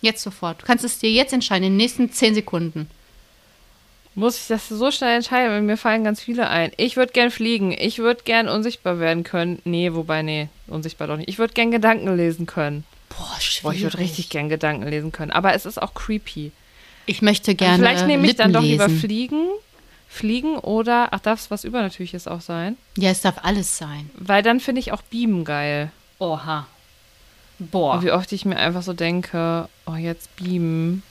Speaker 1: Jetzt sofort. Du kannst es dir jetzt entscheiden, in den nächsten zehn Sekunden.
Speaker 2: Muss ich das so schnell entscheiden? Weil Mir fallen ganz viele ein. Ich würde gern fliegen. Ich würde gern unsichtbar werden können. Nee, wobei, nee, unsichtbar doch nicht. Ich würde gern Gedanken lesen können.
Speaker 1: Boah,
Speaker 2: Boah,
Speaker 1: schwierig.
Speaker 2: ich würde richtig gern Gedanken lesen können. Aber es ist auch creepy. Also
Speaker 1: Ich möchte gerne.
Speaker 2: Vielleicht nehme ich dann doch
Speaker 1: Lippen
Speaker 2: lieber
Speaker 1: lesen.
Speaker 2: Fliegen. Fliegen oder, ach, darf es was Übernatürliches auch sein?
Speaker 1: Ja, es darf alles sein.
Speaker 2: Weil dann finde ich auch Beamen geil.
Speaker 1: Oha.
Speaker 2: Und
Speaker 1: Boah.
Speaker 2: wie oft ich mir einfach so denke, oh, jetzt Beamen.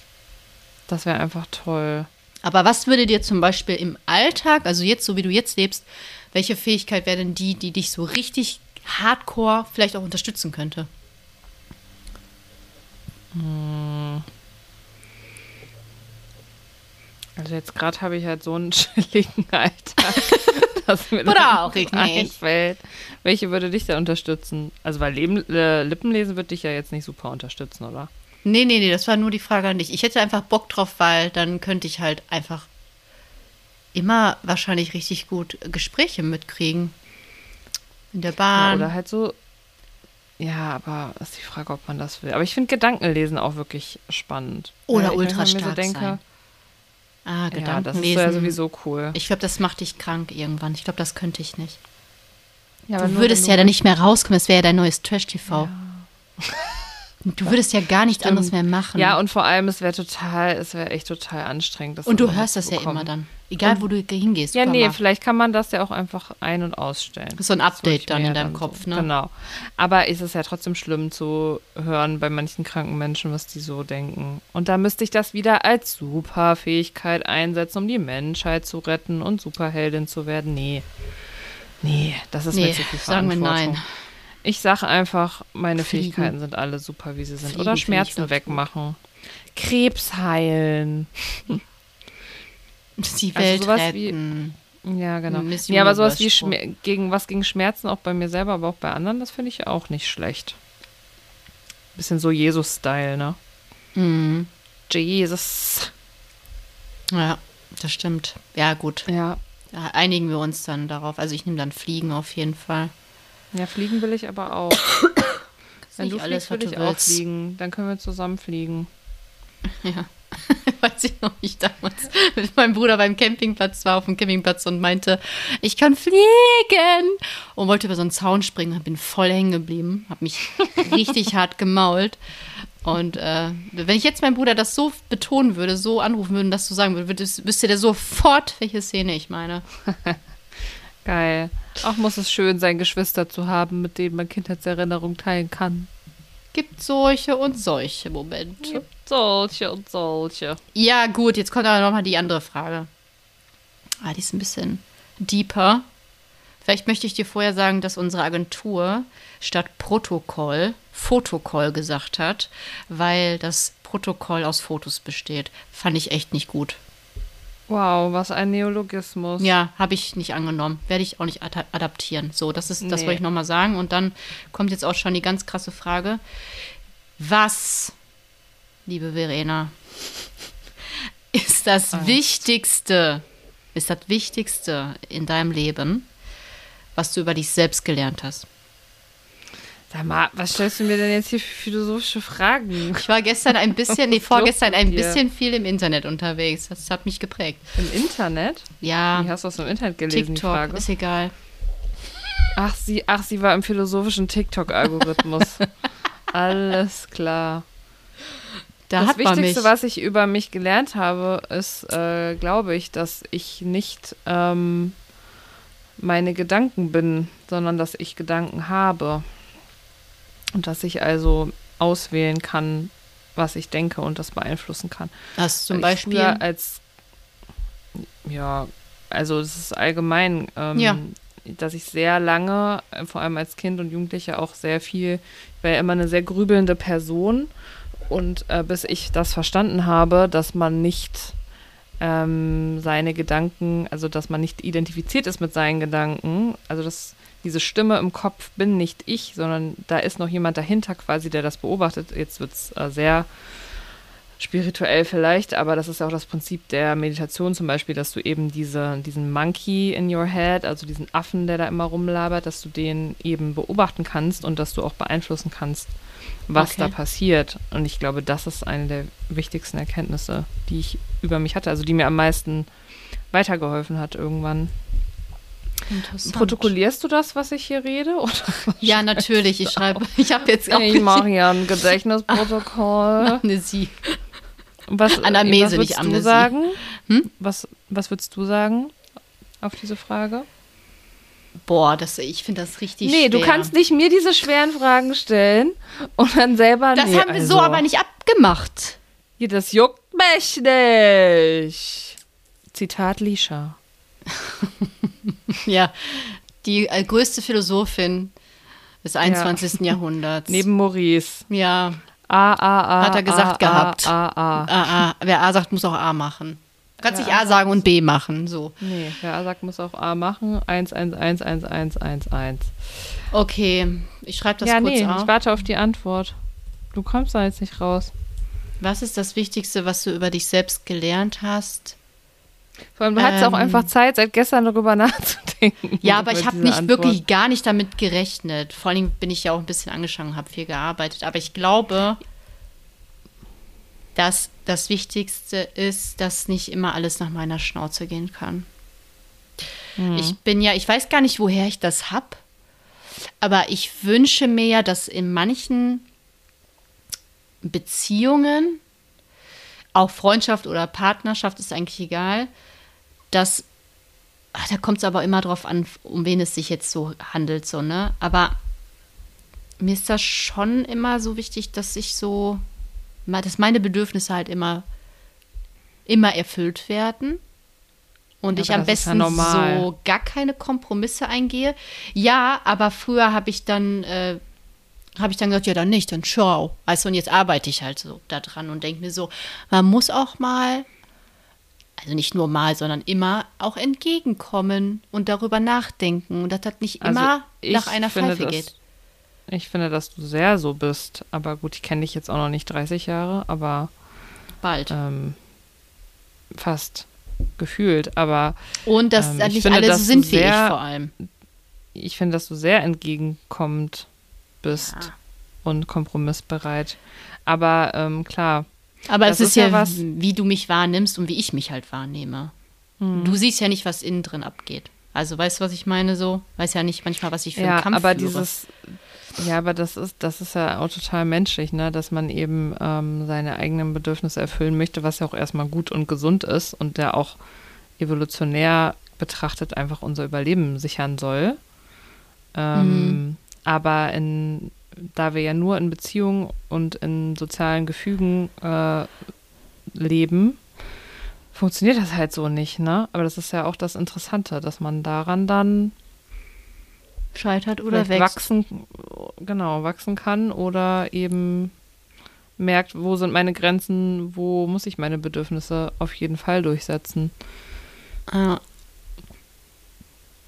Speaker 2: Das wäre einfach toll.
Speaker 1: Aber was würde dir zum Beispiel im Alltag, also jetzt, so wie du jetzt lebst, welche Fähigkeit wäre denn die, die dich so richtig hardcore vielleicht auch unterstützen könnte?
Speaker 2: Also jetzt gerade habe ich halt so einen <laughs> chilligen Alltag,
Speaker 1: <laughs>
Speaker 2: dass mir das
Speaker 1: Oder auch nicht.
Speaker 2: einfällt. Welche würde dich da unterstützen? Also weil Leben, äh, Lippenlesen würde dich ja jetzt nicht super unterstützen, oder?
Speaker 1: Nee, nee, nee, das war nur die Frage an dich. Ich hätte einfach Bock drauf, weil dann könnte ich halt einfach immer wahrscheinlich richtig gut Gespräche mitkriegen. In der
Speaker 2: Ja,
Speaker 1: Bahn.
Speaker 2: oder halt so. Ja, aber ist die Frage, ob man das will. Aber ich finde Gedankenlesen auch wirklich spannend.
Speaker 1: Oder
Speaker 2: Weil ich manchmal
Speaker 1: ultra
Speaker 2: mir
Speaker 1: stark sein. ah,
Speaker 2: Ja, das ist
Speaker 1: Gedankenlesen.
Speaker 2: ja sowieso cool.
Speaker 1: Ich glaube, das macht dich krank irgendwann. Ich glaube, das könnte ich nicht.
Speaker 2: Ja, aber
Speaker 1: Du
Speaker 2: nur,
Speaker 1: würdest
Speaker 2: wenn
Speaker 1: ja
Speaker 2: du-
Speaker 1: dann nicht mehr rauskommen, es wäre ja dein neues Trash-TV. <laughs> Du würdest ja gar nichts anderes mehr machen.
Speaker 2: Ja, und vor allem, es wäre total, es wäre echt total anstrengend. Das
Speaker 1: und du
Speaker 2: immer
Speaker 1: hörst das ja
Speaker 2: mitzubekommen.
Speaker 1: immer dann. Egal, wo du hingehst.
Speaker 2: Ja, nee,
Speaker 1: Supermarkt.
Speaker 2: vielleicht kann man das ja auch einfach ein- und ausstellen.
Speaker 1: So ein
Speaker 2: Das würde
Speaker 1: Update
Speaker 2: ich
Speaker 1: dann
Speaker 2: mir
Speaker 1: in deinem
Speaker 2: so-
Speaker 1: Kopf, ne?
Speaker 2: Genau. Aber es ist ja trotzdem schlimm zu hören bei manchen kranken Menschen, was die so denken. Und da müsste ich das wieder als Superfähigkeit einsetzen, um die Menschheit zu retten und Superheldin zu werden. Nee. Nee, das ist mir
Speaker 1: Nee,
Speaker 2: zu viel
Speaker 1: sagen wir
Speaker 2: Verantwortung.
Speaker 1: nein.
Speaker 2: Ich sage einfach, meine
Speaker 1: Fliegen.
Speaker 2: Fähigkeiten sind alle super, wie sie sind.
Speaker 1: Fliegen
Speaker 2: Oder
Speaker 1: finde ich
Speaker 2: Schmerzen
Speaker 1: ganz
Speaker 2: wegmachen. Krebs heilen.
Speaker 1: <laughs> Die
Speaker 2: Also
Speaker 1: Welt
Speaker 2: sowas wie-
Speaker 1: retten.
Speaker 2: Ja, genau.
Speaker 1: Miss
Speaker 2: Ja, aber sowas wie
Speaker 1: Universe-Spruch.
Speaker 2: Schmer gegen, was gegen Schmerzen, auch bei mir selber, aber auch bei anderen, das finde ich auch nicht schlecht. Bisschen so Jesus-Style, ne?
Speaker 1: Mhm.
Speaker 2: Jesus.
Speaker 1: Ja, das stimmt. Ja, gut.
Speaker 2: Ja.
Speaker 1: Da einigen wir uns dann darauf. Also ich nehme dann Fliegen auf jeden Fall.
Speaker 2: Ja, fliegen will ich
Speaker 1: <coughs>
Speaker 2: aber auch. Wenn du
Speaker 1: Nicht was
Speaker 2: fliegst, will
Speaker 1: du
Speaker 2: ich auch
Speaker 1: willst.
Speaker 2: fliegen. Dann können wir zusammen fliegen.
Speaker 1: Ja. <laughs> Weiß ich noch nicht damals mit meinem Bruder beim Campingplatz war, auf dem Campingplatz und meinte, ich kann fliegen und wollte über so einen Zaun springen, bin voll hängen geblieben, habe mich richtig hart gemault. Und äh, wenn ich jetzt meinem Bruder das so betonen würde, so anrufen würde und das so sagen würde, würdest- wüsste der sofort, welche Szene ich meine.
Speaker 2: Geil. Auch muss es schön sein, Geschwister zu haben, mit denen man Kindheitserinnerungen teilen kann.
Speaker 1: Gibt solche und solche Momente.
Speaker 2: Solche und solche.
Speaker 1: Ja, gut, jetzt kommt aber nochmal die andere Frage. Ah, die ist ein bisschen deeper. Vielleicht möchte ich dir vorher sagen, dass unsere Agentur statt Protokoll Fotokoll gesagt hat, weil das Protokoll aus Fotos besteht. Fand ich echt nicht gut.
Speaker 2: Wow, was ein Neologismus.
Speaker 1: Ja, habe ich nicht angenommen. Werde ich auch nicht ad adaptieren. So, das ist, das
Speaker 2: Nee.
Speaker 1: wollte ich nochmal sagen. Und dann kommt jetzt auch schon die ganz krasse Frage. Was, liebe Verena, <laughs> ist das Wichtigste, ist das Wichtigste in deinem Leben, was du über dich selbst gelernt hast?
Speaker 2: Sag mal, was stellst du mir denn jetzt hier für philosophische Fragen?
Speaker 1: Ich war gestern ein bisschen,
Speaker 2: <laughs>
Speaker 1: nee, vorgestern ein
Speaker 2: Dir.
Speaker 1: bisschen viel im Internet unterwegs. Das hat mich geprägt.
Speaker 2: Im Internet? Wie
Speaker 1: Ja,
Speaker 2: hast du das im Internet gelesen, die
Speaker 1: Ah. TikTok,
Speaker 2: Frage?
Speaker 1: ist egal.
Speaker 2: Ach sie, ach, sie war im
Speaker 1: <laughs>
Speaker 2: philosophischen TikTok-Algorithmus. Alles klar.
Speaker 1: Da
Speaker 2: das
Speaker 1: hat man mich.
Speaker 2: Wichtigste, was ich über mich gelernt habe, ist, äh, glaube ich, dass ich nicht ähm, meine Gedanken bin, sondern dass ich Gedanken habe. Und dass ich also auswählen kann, was ich denke und das beeinflussen kann.
Speaker 1: Hast zum
Speaker 2: Weil ich
Speaker 1: Beispiel.
Speaker 2: Früher als ja, also es ist allgemein, ähm,
Speaker 1: Ja.
Speaker 2: dass ich sehr lange, äh, vor allem als Kind und Jugendlicher auch sehr viel, ich war ja immer eine sehr grübelnde Person und äh, bis ich das verstanden habe, dass man nicht ähm, seine Gedanken, also dass man nicht identifiziert ist mit seinen Gedanken, also das diese Stimme im Kopf bin nicht ich, sondern da ist noch jemand dahinter quasi, der das beobachtet. Jetzt wird es äh, sehr spirituell vielleicht, aber das ist ja auch das Prinzip der Meditation zum Beispiel, dass du eben diese, diesen Monkey in your head, also diesen Affen, der da immer rumlabert, dass du den eben beobachten kannst und dass du auch beeinflussen kannst, was
Speaker 1: Okay.
Speaker 2: da passiert. Und ich glaube, das ist eine der wichtigsten Erkenntnisse, die ich über mich hatte, also die mir am meisten weitergeholfen hat irgendwann.
Speaker 1: Interessant.
Speaker 2: Protokollierst du das, was ich hier rede? <laughs> Oder
Speaker 1: Ja, natürlich. Ich
Speaker 2: <laughs>
Speaker 1: schreibe, ich habe jetzt auch
Speaker 2: ich mache ja
Speaker 1: <laughs>
Speaker 2: ein Gedächtnisprotokoll. <laughs>
Speaker 1: Amnesie.
Speaker 2: Was,
Speaker 1: Anamnese,
Speaker 2: was würdest
Speaker 1: nicht
Speaker 2: du
Speaker 1: Amnesie.
Speaker 2: sagen?
Speaker 1: Hm?
Speaker 2: Was, was würdest du sagen auf diese Frage?
Speaker 1: Boah, das, ich finde das richtig
Speaker 2: nee,
Speaker 1: schwer.
Speaker 2: du kannst nicht mir diese schweren Fragen stellen und dann selber
Speaker 1: Das
Speaker 2: nee,
Speaker 1: haben wir
Speaker 2: also.
Speaker 1: so aber nicht abgemacht. <laughs>
Speaker 2: Ja, Das juckt mich nicht. Zitat Lisha.
Speaker 1: Ja, die äh, größte Philosophin des 21.
Speaker 2: <laughs>
Speaker 1: Jahrhunderts.
Speaker 2: Neben Maurice.
Speaker 1: ja,
Speaker 2: A, A, A.
Speaker 1: Hat er gesagt
Speaker 2: A,
Speaker 1: gehabt.
Speaker 2: A, A, A.
Speaker 1: A, A. wer A sagt, muss auch A machen. Du kannst nicht A sagen und B machen, so.
Speaker 2: Nee, wer A sagt, muss auch A machen. 1, 1, 1, 1, 1, 1, 1.
Speaker 1: Okay, ich schreibe das
Speaker 2: ja,
Speaker 1: kurz
Speaker 2: nee, ich
Speaker 1: auf.
Speaker 2: warte auf die Antwort. Du kommst da jetzt nicht raus.
Speaker 1: Was ist das Wichtigste, was du über dich selbst gelernt hast?
Speaker 2: Vor allem, du hattest
Speaker 1: Ähm.
Speaker 2: auch einfach Zeit, seit gestern darüber <laughs> nachzudenken.
Speaker 1: Ja, aber
Speaker 2: über
Speaker 1: ich habe
Speaker 2: diese
Speaker 1: nicht
Speaker 2: Antwort.
Speaker 1: wirklich gar nicht damit gerechnet. Vor allem bin ich ja auch ein bisschen angeschlagen, habe viel gearbeitet. Aber ich glaube, dass das Wichtigste ist, dass nicht immer alles nach meiner Schnauze gehen kann. Ich bin ja, ich weiß gar nicht, woher ich das hab, aber ich wünsche mir ja, dass in manchen Beziehungen, auch Freundschaft oder Partnerschaft ist eigentlich egal, dass Ach, da kommt es aber immer drauf an, um wen es sich jetzt so handelt, so, ne? Aber mir ist das schon immer so wichtig, dass ich so, ma- dass meine Bedürfnisse halt immer, immer erfüllt werden. Und
Speaker 2: Ja,
Speaker 1: ich
Speaker 2: aber
Speaker 1: am
Speaker 2: das ist ja
Speaker 1: besten
Speaker 2: normal.
Speaker 1: so gar keine Kompromisse eingehe. Ja, aber früher habe ich dann, äh, habe ich dann gesagt, ja, dann nicht, dann ciao. Weißt du, und jetzt arbeite ich halt so daran und denke mir so, man muss auch mal also nicht nur mal, sondern immer auch entgegenkommen und darüber nachdenken und dass das nicht
Speaker 2: Also,
Speaker 1: immer
Speaker 2: ich
Speaker 1: nach einer
Speaker 2: finde,
Speaker 1: Pfeife
Speaker 2: dass-
Speaker 1: geht.
Speaker 2: Ich finde, dass du sehr so bist. Aber gut, ich kenne dich jetzt auch noch nicht 30 Jahre, aber
Speaker 1: Bald.
Speaker 2: ähm, fast gefühlt. Aber
Speaker 1: und dass
Speaker 2: ähm,
Speaker 1: dann
Speaker 2: ich
Speaker 1: nicht
Speaker 2: finde,
Speaker 1: alle so
Speaker 2: dass du
Speaker 1: sind wie ich
Speaker 2: sehr-
Speaker 1: vor allem.
Speaker 2: ich finde, dass du sehr entgegenkommend bist
Speaker 1: Ja.
Speaker 2: und kompromissbereit. Aber ähm, klar,
Speaker 1: Aber
Speaker 2: das
Speaker 1: es ist,
Speaker 2: ist ja
Speaker 1: ja,
Speaker 2: was-
Speaker 1: wie du mich wahrnimmst und wie ich mich halt wahrnehme.
Speaker 2: Hm.
Speaker 1: Du siehst ja nicht, was innen drin abgeht. Also weißt du, was ich meine so? Weiß ja nicht manchmal, was ich für einen
Speaker 2: ja,
Speaker 1: Kampf
Speaker 2: aber
Speaker 1: führe.
Speaker 2: dieses, ja, aber das ist, das ist ja auch total menschlich, ne, dass man eben ähm, seine eigenen Bedürfnisse erfüllen möchte, was ja auch erstmal gut und gesund ist und der auch evolutionär betrachtet einfach unser Überleben sichern soll. Ähm,
Speaker 1: Mhm.
Speaker 2: Aber in, da wir ja nur in Beziehungen und in sozialen Gefügen äh, leben, funktioniert das halt so nicht, ne? Aber das ist ja auch das Interessante, dass man daran dann
Speaker 1: Scheitert oder
Speaker 2: oder
Speaker 1: wächst.
Speaker 2: wachsen, genau, wachsen kann oder eben merkt, wo sind meine Grenzen, wo muss ich meine Bedürfnisse auf jeden Fall durchsetzen.
Speaker 1: Ja,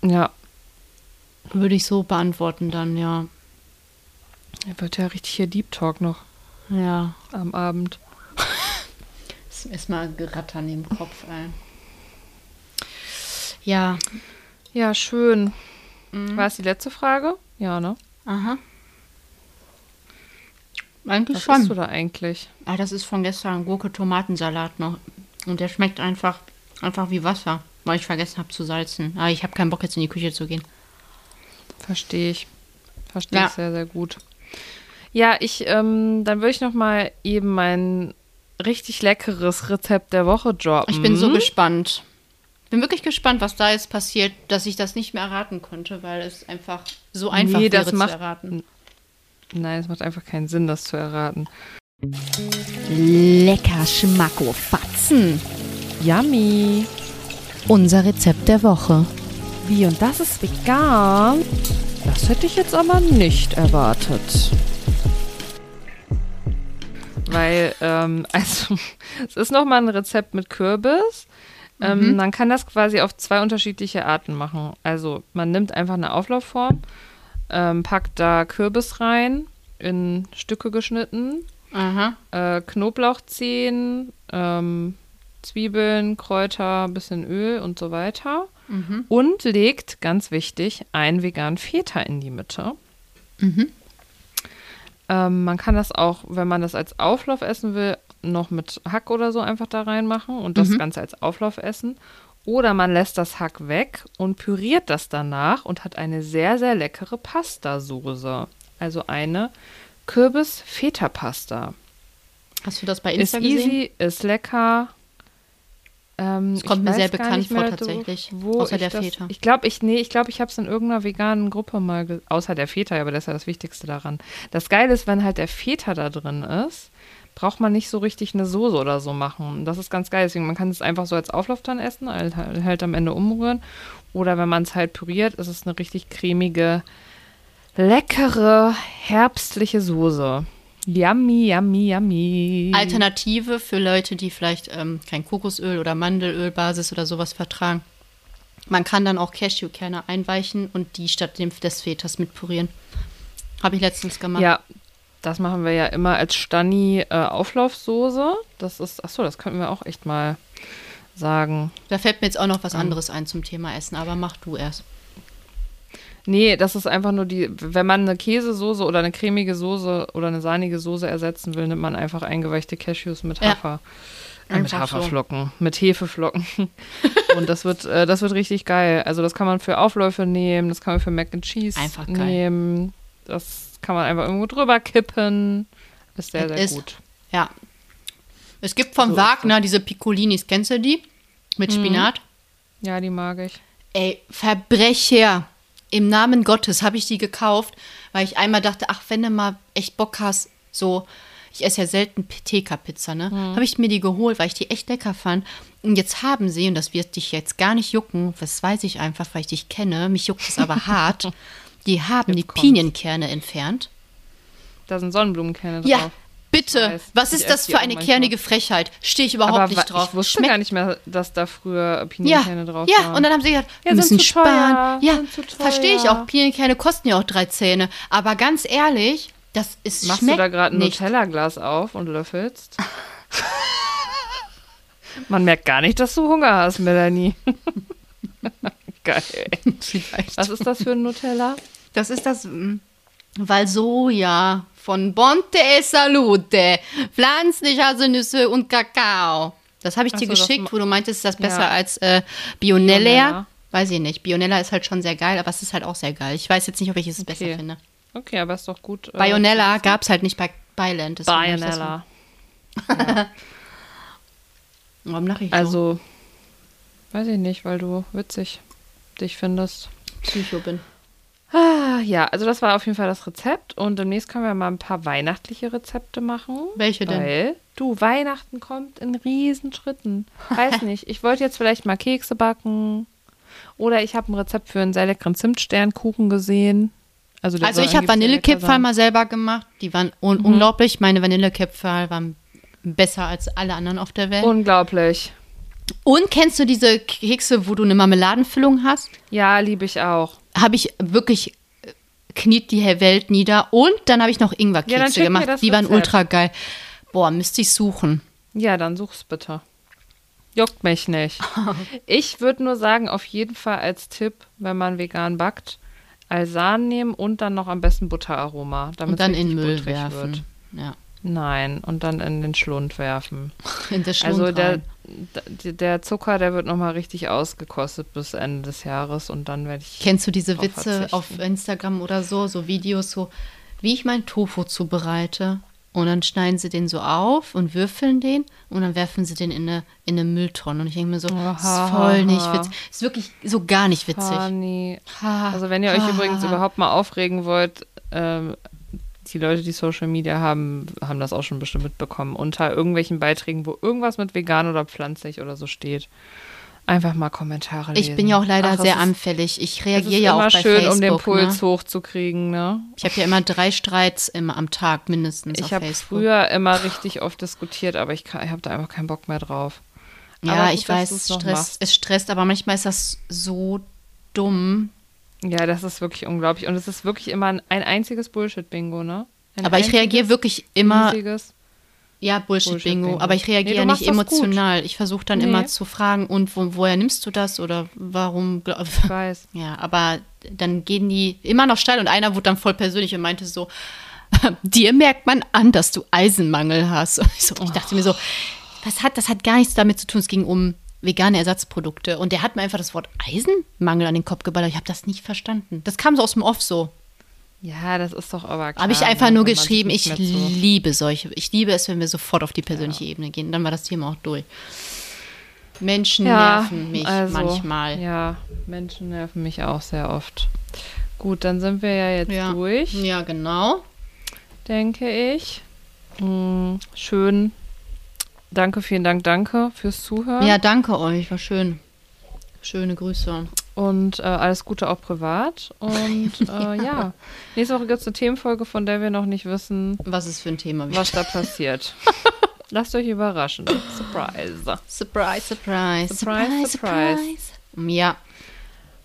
Speaker 2: Ja,
Speaker 1: würde ich so beantworten dann, ja.
Speaker 2: wird ja richtig hier Deep Talk noch
Speaker 1: Ja.
Speaker 2: am Abend.
Speaker 1: Erstmal gerattern im Kopf ein. Ja.
Speaker 2: Ja, schön.
Speaker 1: Mhm.
Speaker 2: War es die letzte Frage? Ja, ne?
Speaker 1: Aha. Eigentlich
Speaker 2: Was
Speaker 1: schon.
Speaker 2: isst du da eigentlich?
Speaker 1: ah, das ist von gestern Gurke-Tomatensalat noch. Und der schmeckt einfach, einfach wie Wasser, weil ich vergessen habe zu salzen. Aber ich habe keinen Bock, jetzt in die Küche zu gehen.
Speaker 2: Verstehe ich. Verstehe
Speaker 1: Ja.
Speaker 2: ich sehr, sehr gut. Ja, ich, ähm, dann würde ich noch mal eben mein richtig leckeres Rezept der Woche droppen.
Speaker 1: Ich bin so gespannt. Bin wirklich gespannt, was da jetzt passiert, dass ich das nicht mehr erraten konnte, weil es einfach so einfach
Speaker 2: Nee, das
Speaker 1: wäre
Speaker 2: macht-
Speaker 1: zu erraten.
Speaker 2: Nein, es macht einfach keinen Sinn, das zu erraten.
Speaker 1: Lecker Schmackofatzen.
Speaker 2: Yummy!
Speaker 1: Unser Rezept der Woche.
Speaker 2: Wie, und das ist vegan? Das hätte ich jetzt aber nicht erwartet. <laughs> Weil, ähm, also, es ist nochmal ein Rezept mit Kürbis. Ähm, man kann das quasi auf zwei unterschiedliche Arten machen. Also man nimmt einfach eine Auflaufform, ähm, packt da Kürbis rein, in Stücke geschnitten,
Speaker 1: Aha.
Speaker 2: äh, Knoblauchzehen, ähm, Zwiebeln, Kräuter, bisschen Öl und so weiter. Und legt, ganz wichtig, einen veganen Feta in die Mitte. Ähm, man kann das auch, wenn man das als Auflauf essen will, noch mit Hack oder so einfach da reinmachen und das Ganze als Auflauf essen. Oder man lässt das Hack weg und püriert das danach und hat eine sehr, sehr leckere Pastasoße. Also eine Kürbis-Feta-Pasta.
Speaker 1: Hast du das bei
Speaker 2: Ist
Speaker 1: Insta gesehen?
Speaker 2: easy, ist lecker. Ähm,
Speaker 1: Es kommt
Speaker 2: ich
Speaker 1: mir
Speaker 2: weiß
Speaker 1: sehr
Speaker 2: gar
Speaker 1: bekannt
Speaker 2: nicht
Speaker 1: vor
Speaker 2: mehr, du-
Speaker 1: tatsächlich,
Speaker 2: wo
Speaker 1: außer
Speaker 2: ich
Speaker 1: der
Speaker 2: das,
Speaker 1: Feta.
Speaker 2: Ich glaube, ich, nee, ich, glaub, ich habe es in irgendeiner veganen Gruppe mal, ge- außer der Feta, aber das ist ja das Wichtigste daran. Das Geile ist, wenn halt der Feta da drin ist, braucht man nicht so richtig eine Soße oder so machen. Und Das ist ganz geil, deswegen man kann es einfach so als Auflauf dann essen, halt, halt am Ende umrühren. Oder wenn man es halt püriert, ist es eine richtig cremige, leckere, herbstliche Soße. Yummy, yummy, yummy.
Speaker 1: Alternative für Leute, die vielleicht ähm, kein Kokosöl oder Mandelölbasis oder sowas vertragen. Man kann dann auch Cashewkerne einweichen und die statt dem, des Fetas mitpurieren. Habe ich letztens gemacht.
Speaker 2: Ja, das machen wir ja immer als Stani äh, Auflaufsoße. Das ist, achso, das könnten wir auch echt mal sagen.
Speaker 1: Da fällt mir jetzt auch noch
Speaker 2: Mhm.
Speaker 1: was anderes ein zum Thema Essen, aber mach du erst.
Speaker 2: Nee, das ist einfach nur die, wenn man eine Käsesoße oder eine cremige Soße oder eine sahnige Soße ersetzen will, nimmt man einfach eingeweichte Cashews mit
Speaker 1: Ja.
Speaker 2: Hafer. Äh, mit
Speaker 1: Einfach so.
Speaker 2: Haferflocken, mit Hefeflocken.
Speaker 1: <laughs>
Speaker 2: Und das wird, äh, das wird richtig geil. Also das kann man für Aufläufe nehmen, das kann man für Mac and Cheese
Speaker 1: Einfach geil.
Speaker 2: nehmen. Das kann man einfach irgendwo drüber kippen. Ist sehr,
Speaker 1: Es
Speaker 2: sehr
Speaker 1: ist-
Speaker 2: gut.
Speaker 1: Ja. Es gibt von
Speaker 2: So Mhm. ist
Speaker 1: Wagner diese Piccolinis, kennst du die? Mit Spinat.
Speaker 2: Ja, die mag ich.
Speaker 1: Ey, Verbrecher. Im Namen Gottes habe ich die gekauft, weil ich einmal dachte, ach, wenn du mal echt Bock hast, so, ich esse ja selten TK-Pizza, ne?
Speaker 2: Mhm.
Speaker 1: Habe ich mir die geholt, weil ich die echt lecker fand. Und jetzt haben sie, und das wird dich jetzt gar nicht jucken, das weiß ich einfach, weil ich dich kenne, mich juckt es aber
Speaker 2: <laughs>
Speaker 1: hart, die haben die
Speaker 2: kommt's.
Speaker 1: Pinienkerne entfernt.
Speaker 2: Da sind Sonnenblumenkerne drauf.
Speaker 1: Ja, bitte,
Speaker 2: Ich weiß,
Speaker 1: was
Speaker 2: ich
Speaker 1: ist das
Speaker 2: esse die
Speaker 1: für
Speaker 2: auch
Speaker 1: eine
Speaker 2: manchmal.
Speaker 1: kernige Frechheit? Stehe ich überhaupt
Speaker 2: Aber wa-
Speaker 1: nicht drauf.
Speaker 2: ich wusste
Speaker 1: Schmeckt
Speaker 2: gar nicht mehr, dass da früher
Speaker 1: Ja,
Speaker 2: Pinienkerne drauf waren.
Speaker 1: ja, und dann haben sie gesagt, wir
Speaker 2: Ja, sind
Speaker 1: müssen
Speaker 2: zu teuer,
Speaker 1: sparen. Ja,
Speaker 2: sind zu teuer.
Speaker 1: verstehe ich auch. Pinienkerne kosten ja auch drei Zähne. Aber ganz ehrlich, das ist
Speaker 2: Machst
Speaker 1: schmeckt
Speaker 2: du da gerade ein
Speaker 1: nicht.
Speaker 2: Nutella-Glas auf und löffelst? Man merkt gar nicht, dass du Hunger hast, Melanie. <laughs> Geil.
Speaker 1: Vielleicht.
Speaker 2: Was ist das für ein Nutella?
Speaker 1: Das ist das mm, Valsoja von Bonte e Salute. Pflanzliche Haselnüsse und Kakao. Das habe ich
Speaker 2: Ach
Speaker 1: dir
Speaker 2: so, das
Speaker 1: geschickt,
Speaker 2: ma-
Speaker 1: wo du meintest, ist das besser
Speaker 2: Ja.
Speaker 1: als äh, Bionella.
Speaker 2: Bionella.
Speaker 1: Weiß ich nicht. Bionella ist halt schon sehr geil, aber es ist halt auch sehr geil. Ich weiß jetzt nicht, ob ich es
Speaker 2: Okay.
Speaker 1: besser finde.
Speaker 2: Okay, aber ist doch gut. äh,
Speaker 1: Bionella gab es halt nicht bei Byland. deswegen hab ich das-
Speaker 2: Bionella.
Speaker 1: Warum lache ich so?
Speaker 2: Also, weiß ich nicht, weil du witzig dich findest.
Speaker 1: Psycho bin.
Speaker 2: Ah, ja, also das war auf jeden Fall das Rezept und demnächst können wir mal ein paar weihnachtliche Rezepte machen.
Speaker 1: Welche denn?
Speaker 2: Weil, du, Weihnachten kommt in riesen Schritten.
Speaker 1: <laughs>
Speaker 2: Weiß nicht, ich wollte jetzt vielleicht mal Kekse backen oder ich habe ein Rezept für einen sehr leckeren Zimtsternkuchen gesehen. Also, der
Speaker 1: Also
Speaker 2: soll
Speaker 1: ich habe
Speaker 2: angeblich sehr lecker
Speaker 1: Vanillekipferl
Speaker 2: sein.
Speaker 1: mal selber gemacht. Die waren
Speaker 2: Mhm.
Speaker 1: un unglaublich. Meine Vanillekipferl waren besser als alle anderen auf der Welt. Und,
Speaker 2: Unglaublich.
Speaker 1: kennst du diese Kekse, wo du eine Marmeladenfüllung hast?
Speaker 2: Ja, liebe ich auch.
Speaker 1: Habe ich wirklich äh, kniet die Welt nieder. Und dann habe ich noch
Speaker 2: Ja, dann
Speaker 1: Ingwerkekse
Speaker 2: schick mir
Speaker 1: gemacht.
Speaker 2: das
Speaker 1: Die waren
Speaker 2: Rezept.
Speaker 1: ultra geil. Boah, müsste ich suchen.
Speaker 2: Ja, dann such's bitte. Juckt
Speaker 1: <laughs>
Speaker 2: mich nicht. Ich würde nur sagen, auf jeden Fall als Tipp, wenn man vegan backt, Alsan nehmen und dann noch am besten Butteraroma.
Speaker 1: Und
Speaker 2: damit's
Speaker 1: dann in
Speaker 2: richtig
Speaker 1: Müll
Speaker 2: butterig wird.
Speaker 1: werfen. Ja. <laughs>
Speaker 2: Nein, und dann in den Schlund werfen.
Speaker 1: In der Schlund
Speaker 2: also der,
Speaker 1: rein.
Speaker 2: d- der Zucker, der wird nochmal richtig ausgekostet bis Ende des Jahres und dann werde ich.
Speaker 1: Kennst du diese
Speaker 2: drauf
Speaker 1: Witze
Speaker 2: verzichten.
Speaker 1: auf Instagram oder so, so Videos, so wie ich meinen Tofu zubereite? Und dann schneiden sie den so auf und würfeln den und dann werfen sie den in eine, in eine Mülltonne. Und ich denke mir so, das ist voll nicht witzig. Ist wirklich so gar nicht witzig.
Speaker 2: Funny.
Speaker 1: Ha,
Speaker 2: Also wenn ihr euch
Speaker 1: ha,
Speaker 2: übrigens
Speaker 1: ha.
Speaker 2: überhaupt mal aufregen wollt, ähm, die Leute, die Social Media haben, haben das auch schon bestimmt mitbekommen. Unter irgendwelchen Beiträgen, wo irgendwas mit vegan oder pflanzlich oder so steht, einfach mal Kommentare lesen.
Speaker 1: Ich bin ja auch leider
Speaker 2: Ach, es
Speaker 1: sehr
Speaker 2: ist-
Speaker 1: anfällig. Ich
Speaker 2: Es ist
Speaker 1: reagiere ja
Speaker 2: immer
Speaker 1: auch bei
Speaker 2: schön,
Speaker 1: Facebook.
Speaker 2: um den Puls
Speaker 1: ne?
Speaker 2: hochzukriegen. Ne?
Speaker 1: Ich habe ja immer drei Streits im, am Tag mindestens
Speaker 2: Ich
Speaker 1: auf
Speaker 2: habe
Speaker 1: Facebook.
Speaker 2: früher immer richtig oft diskutiert, aber ich, kann- ich habe da einfach keinen Bock mehr drauf.
Speaker 1: Ja,
Speaker 2: Aber gut,
Speaker 1: ich
Speaker 2: dass
Speaker 1: weiß,
Speaker 2: du's
Speaker 1: es
Speaker 2: noch
Speaker 1: stresst,
Speaker 2: machst.
Speaker 1: es stresst, aber manchmal ist das so dumm.
Speaker 2: Ja, das ist wirklich unglaublich. Und es ist wirklich immer ein, ein einziges Bullshit-Bingo, ne? Ein
Speaker 1: aber ich reagiere wirklich immer,
Speaker 2: einziges.
Speaker 1: ja, Bullshit-Bingo,
Speaker 2: Bullshit-Bingo.
Speaker 1: aber ich reagiere
Speaker 2: Nee, du
Speaker 1: nicht
Speaker 2: machst das gut.
Speaker 1: emotional. Ich versuche dann immer
Speaker 2: Nee.
Speaker 1: zu fragen, und wo, woher nimmst du das oder warum? glaub-
Speaker 2: Ich weiß.
Speaker 1: <laughs> Ja, aber dann gehen die immer noch steil und einer wurde dann voll persönlich und meinte so, <laughs> dir merkt man an, dass du Eisenmangel hast. <laughs> Und ich, so, ich dachte mir so, das hat, das hat gar nichts damit zu tun. Es ging um vegane Ersatzprodukte. Und der hat mir einfach das Wort Eisenmangel an den Kopf geballert. Ich habe das nicht verstanden. Das kam so aus dem Off so.
Speaker 2: Ja, das ist doch aber klar.
Speaker 1: Habe ich einfach
Speaker 2: ne,
Speaker 1: nur
Speaker 2: wenn man sich
Speaker 1: geschrieben, ich
Speaker 2: nicht mehr so-
Speaker 1: liebe solche. Ich liebe es, wenn wir sofort auf die persönliche Ebene gehen. Dann war das Thema auch durch. Menschen nerven mich
Speaker 2: also,
Speaker 1: manchmal.
Speaker 2: Ja, Menschen nerven mich auch sehr oft. Gut, dann sind wir ja jetzt
Speaker 1: Ja.
Speaker 2: durch,
Speaker 1: ja, genau.
Speaker 2: denke ich. Hm, schön. Danke, vielen Dank, danke fürs Zuhören.
Speaker 1: Ja, danke euch, war schön. Schöne Grüße.
Speaker 2: Und äh, alles Gute auch privat.
Speaker 1: <laughs>
Speaker 2: Und äh, ja. nächste Woche gibt es eine Themenfolge, von der wir noch nicht wissen,
Speaker 1: Was ist für ein Thema?
Speaker 2: was da
Speaker 1: <laughs>
Speaker 2: passiert. Lasst euch überraschen. Surprise.
Speaker 1: Surprise, surprise.
Speaker 2: Surprise, surprise.
Speaker 1: Ja.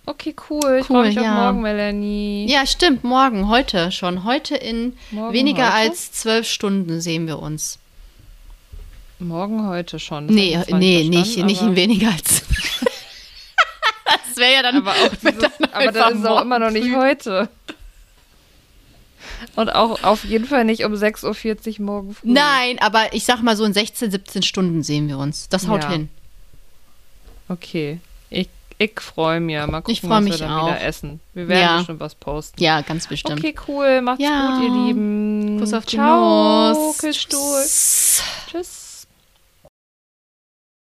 Speaker 2: Okay, cool. Ich
Speaker 1: Cool,
Speaker 2: freue mich auf
Speaker 1: ja.
Speaker 2: morgen, Melanie.
Speaker 1: ja, stimmt, morgen, heute schon. Heute in
Speaker 2: Morgen,
Speaker 1: weniger
Speaker 2: heute?
Speaker 1: als zwölf Stunden sehen wir uns.
Speaker 2: Morgen heute schon. Das
Speaker 1: Nee,
Speaker 2: hab ich zwar
Speaker 1: nee, nicht,
Speaker 2: verstanden,
Speaker 1: nicht
Speaker 2: aber-
Speaker 1: in weniger als. <laughs> das wäre ja dann. <laughs>
Speaker 2: Aber auch dieses, aber
Speaker 1: einfach
Speaker 2: das ist auch immer noch nicht heute. Und auch auf jeden Fall nicht um 6.40 Uhr morgen früh.
Speaker 1: Nein, aber ich sag mal so in 16, 17 Stunden sehen wir uns. Das haut
Speaker 2: Ja.
Speaker 1: hin.
Speaker 2: Okay. Ich, ich freue mich. Mal gucken,
Speaker 1: Ich freu
Speaker 2: was
Speaker 1: mich
Speaker 2: wir dann
Speaker 1: auch.
Speaker 2: wieder essen. Wir werden
Speaker 1: Ja.
Speaker 2: bestimmt was posten.
Speaker 1: Ja, ganz bestimmt.
Speaker 2: Okay, cool. Macht's
Speaker 1: Ja.
Speaker 2: gut, ihr Lieben.
Speaker 1: Kuss auf die
Speaker 2: Ciao.
Speaker 1: Nuss.
Speaker 2: Küsst du.
Speaker 1: Tschüss.
Speaker 2: Tschüss.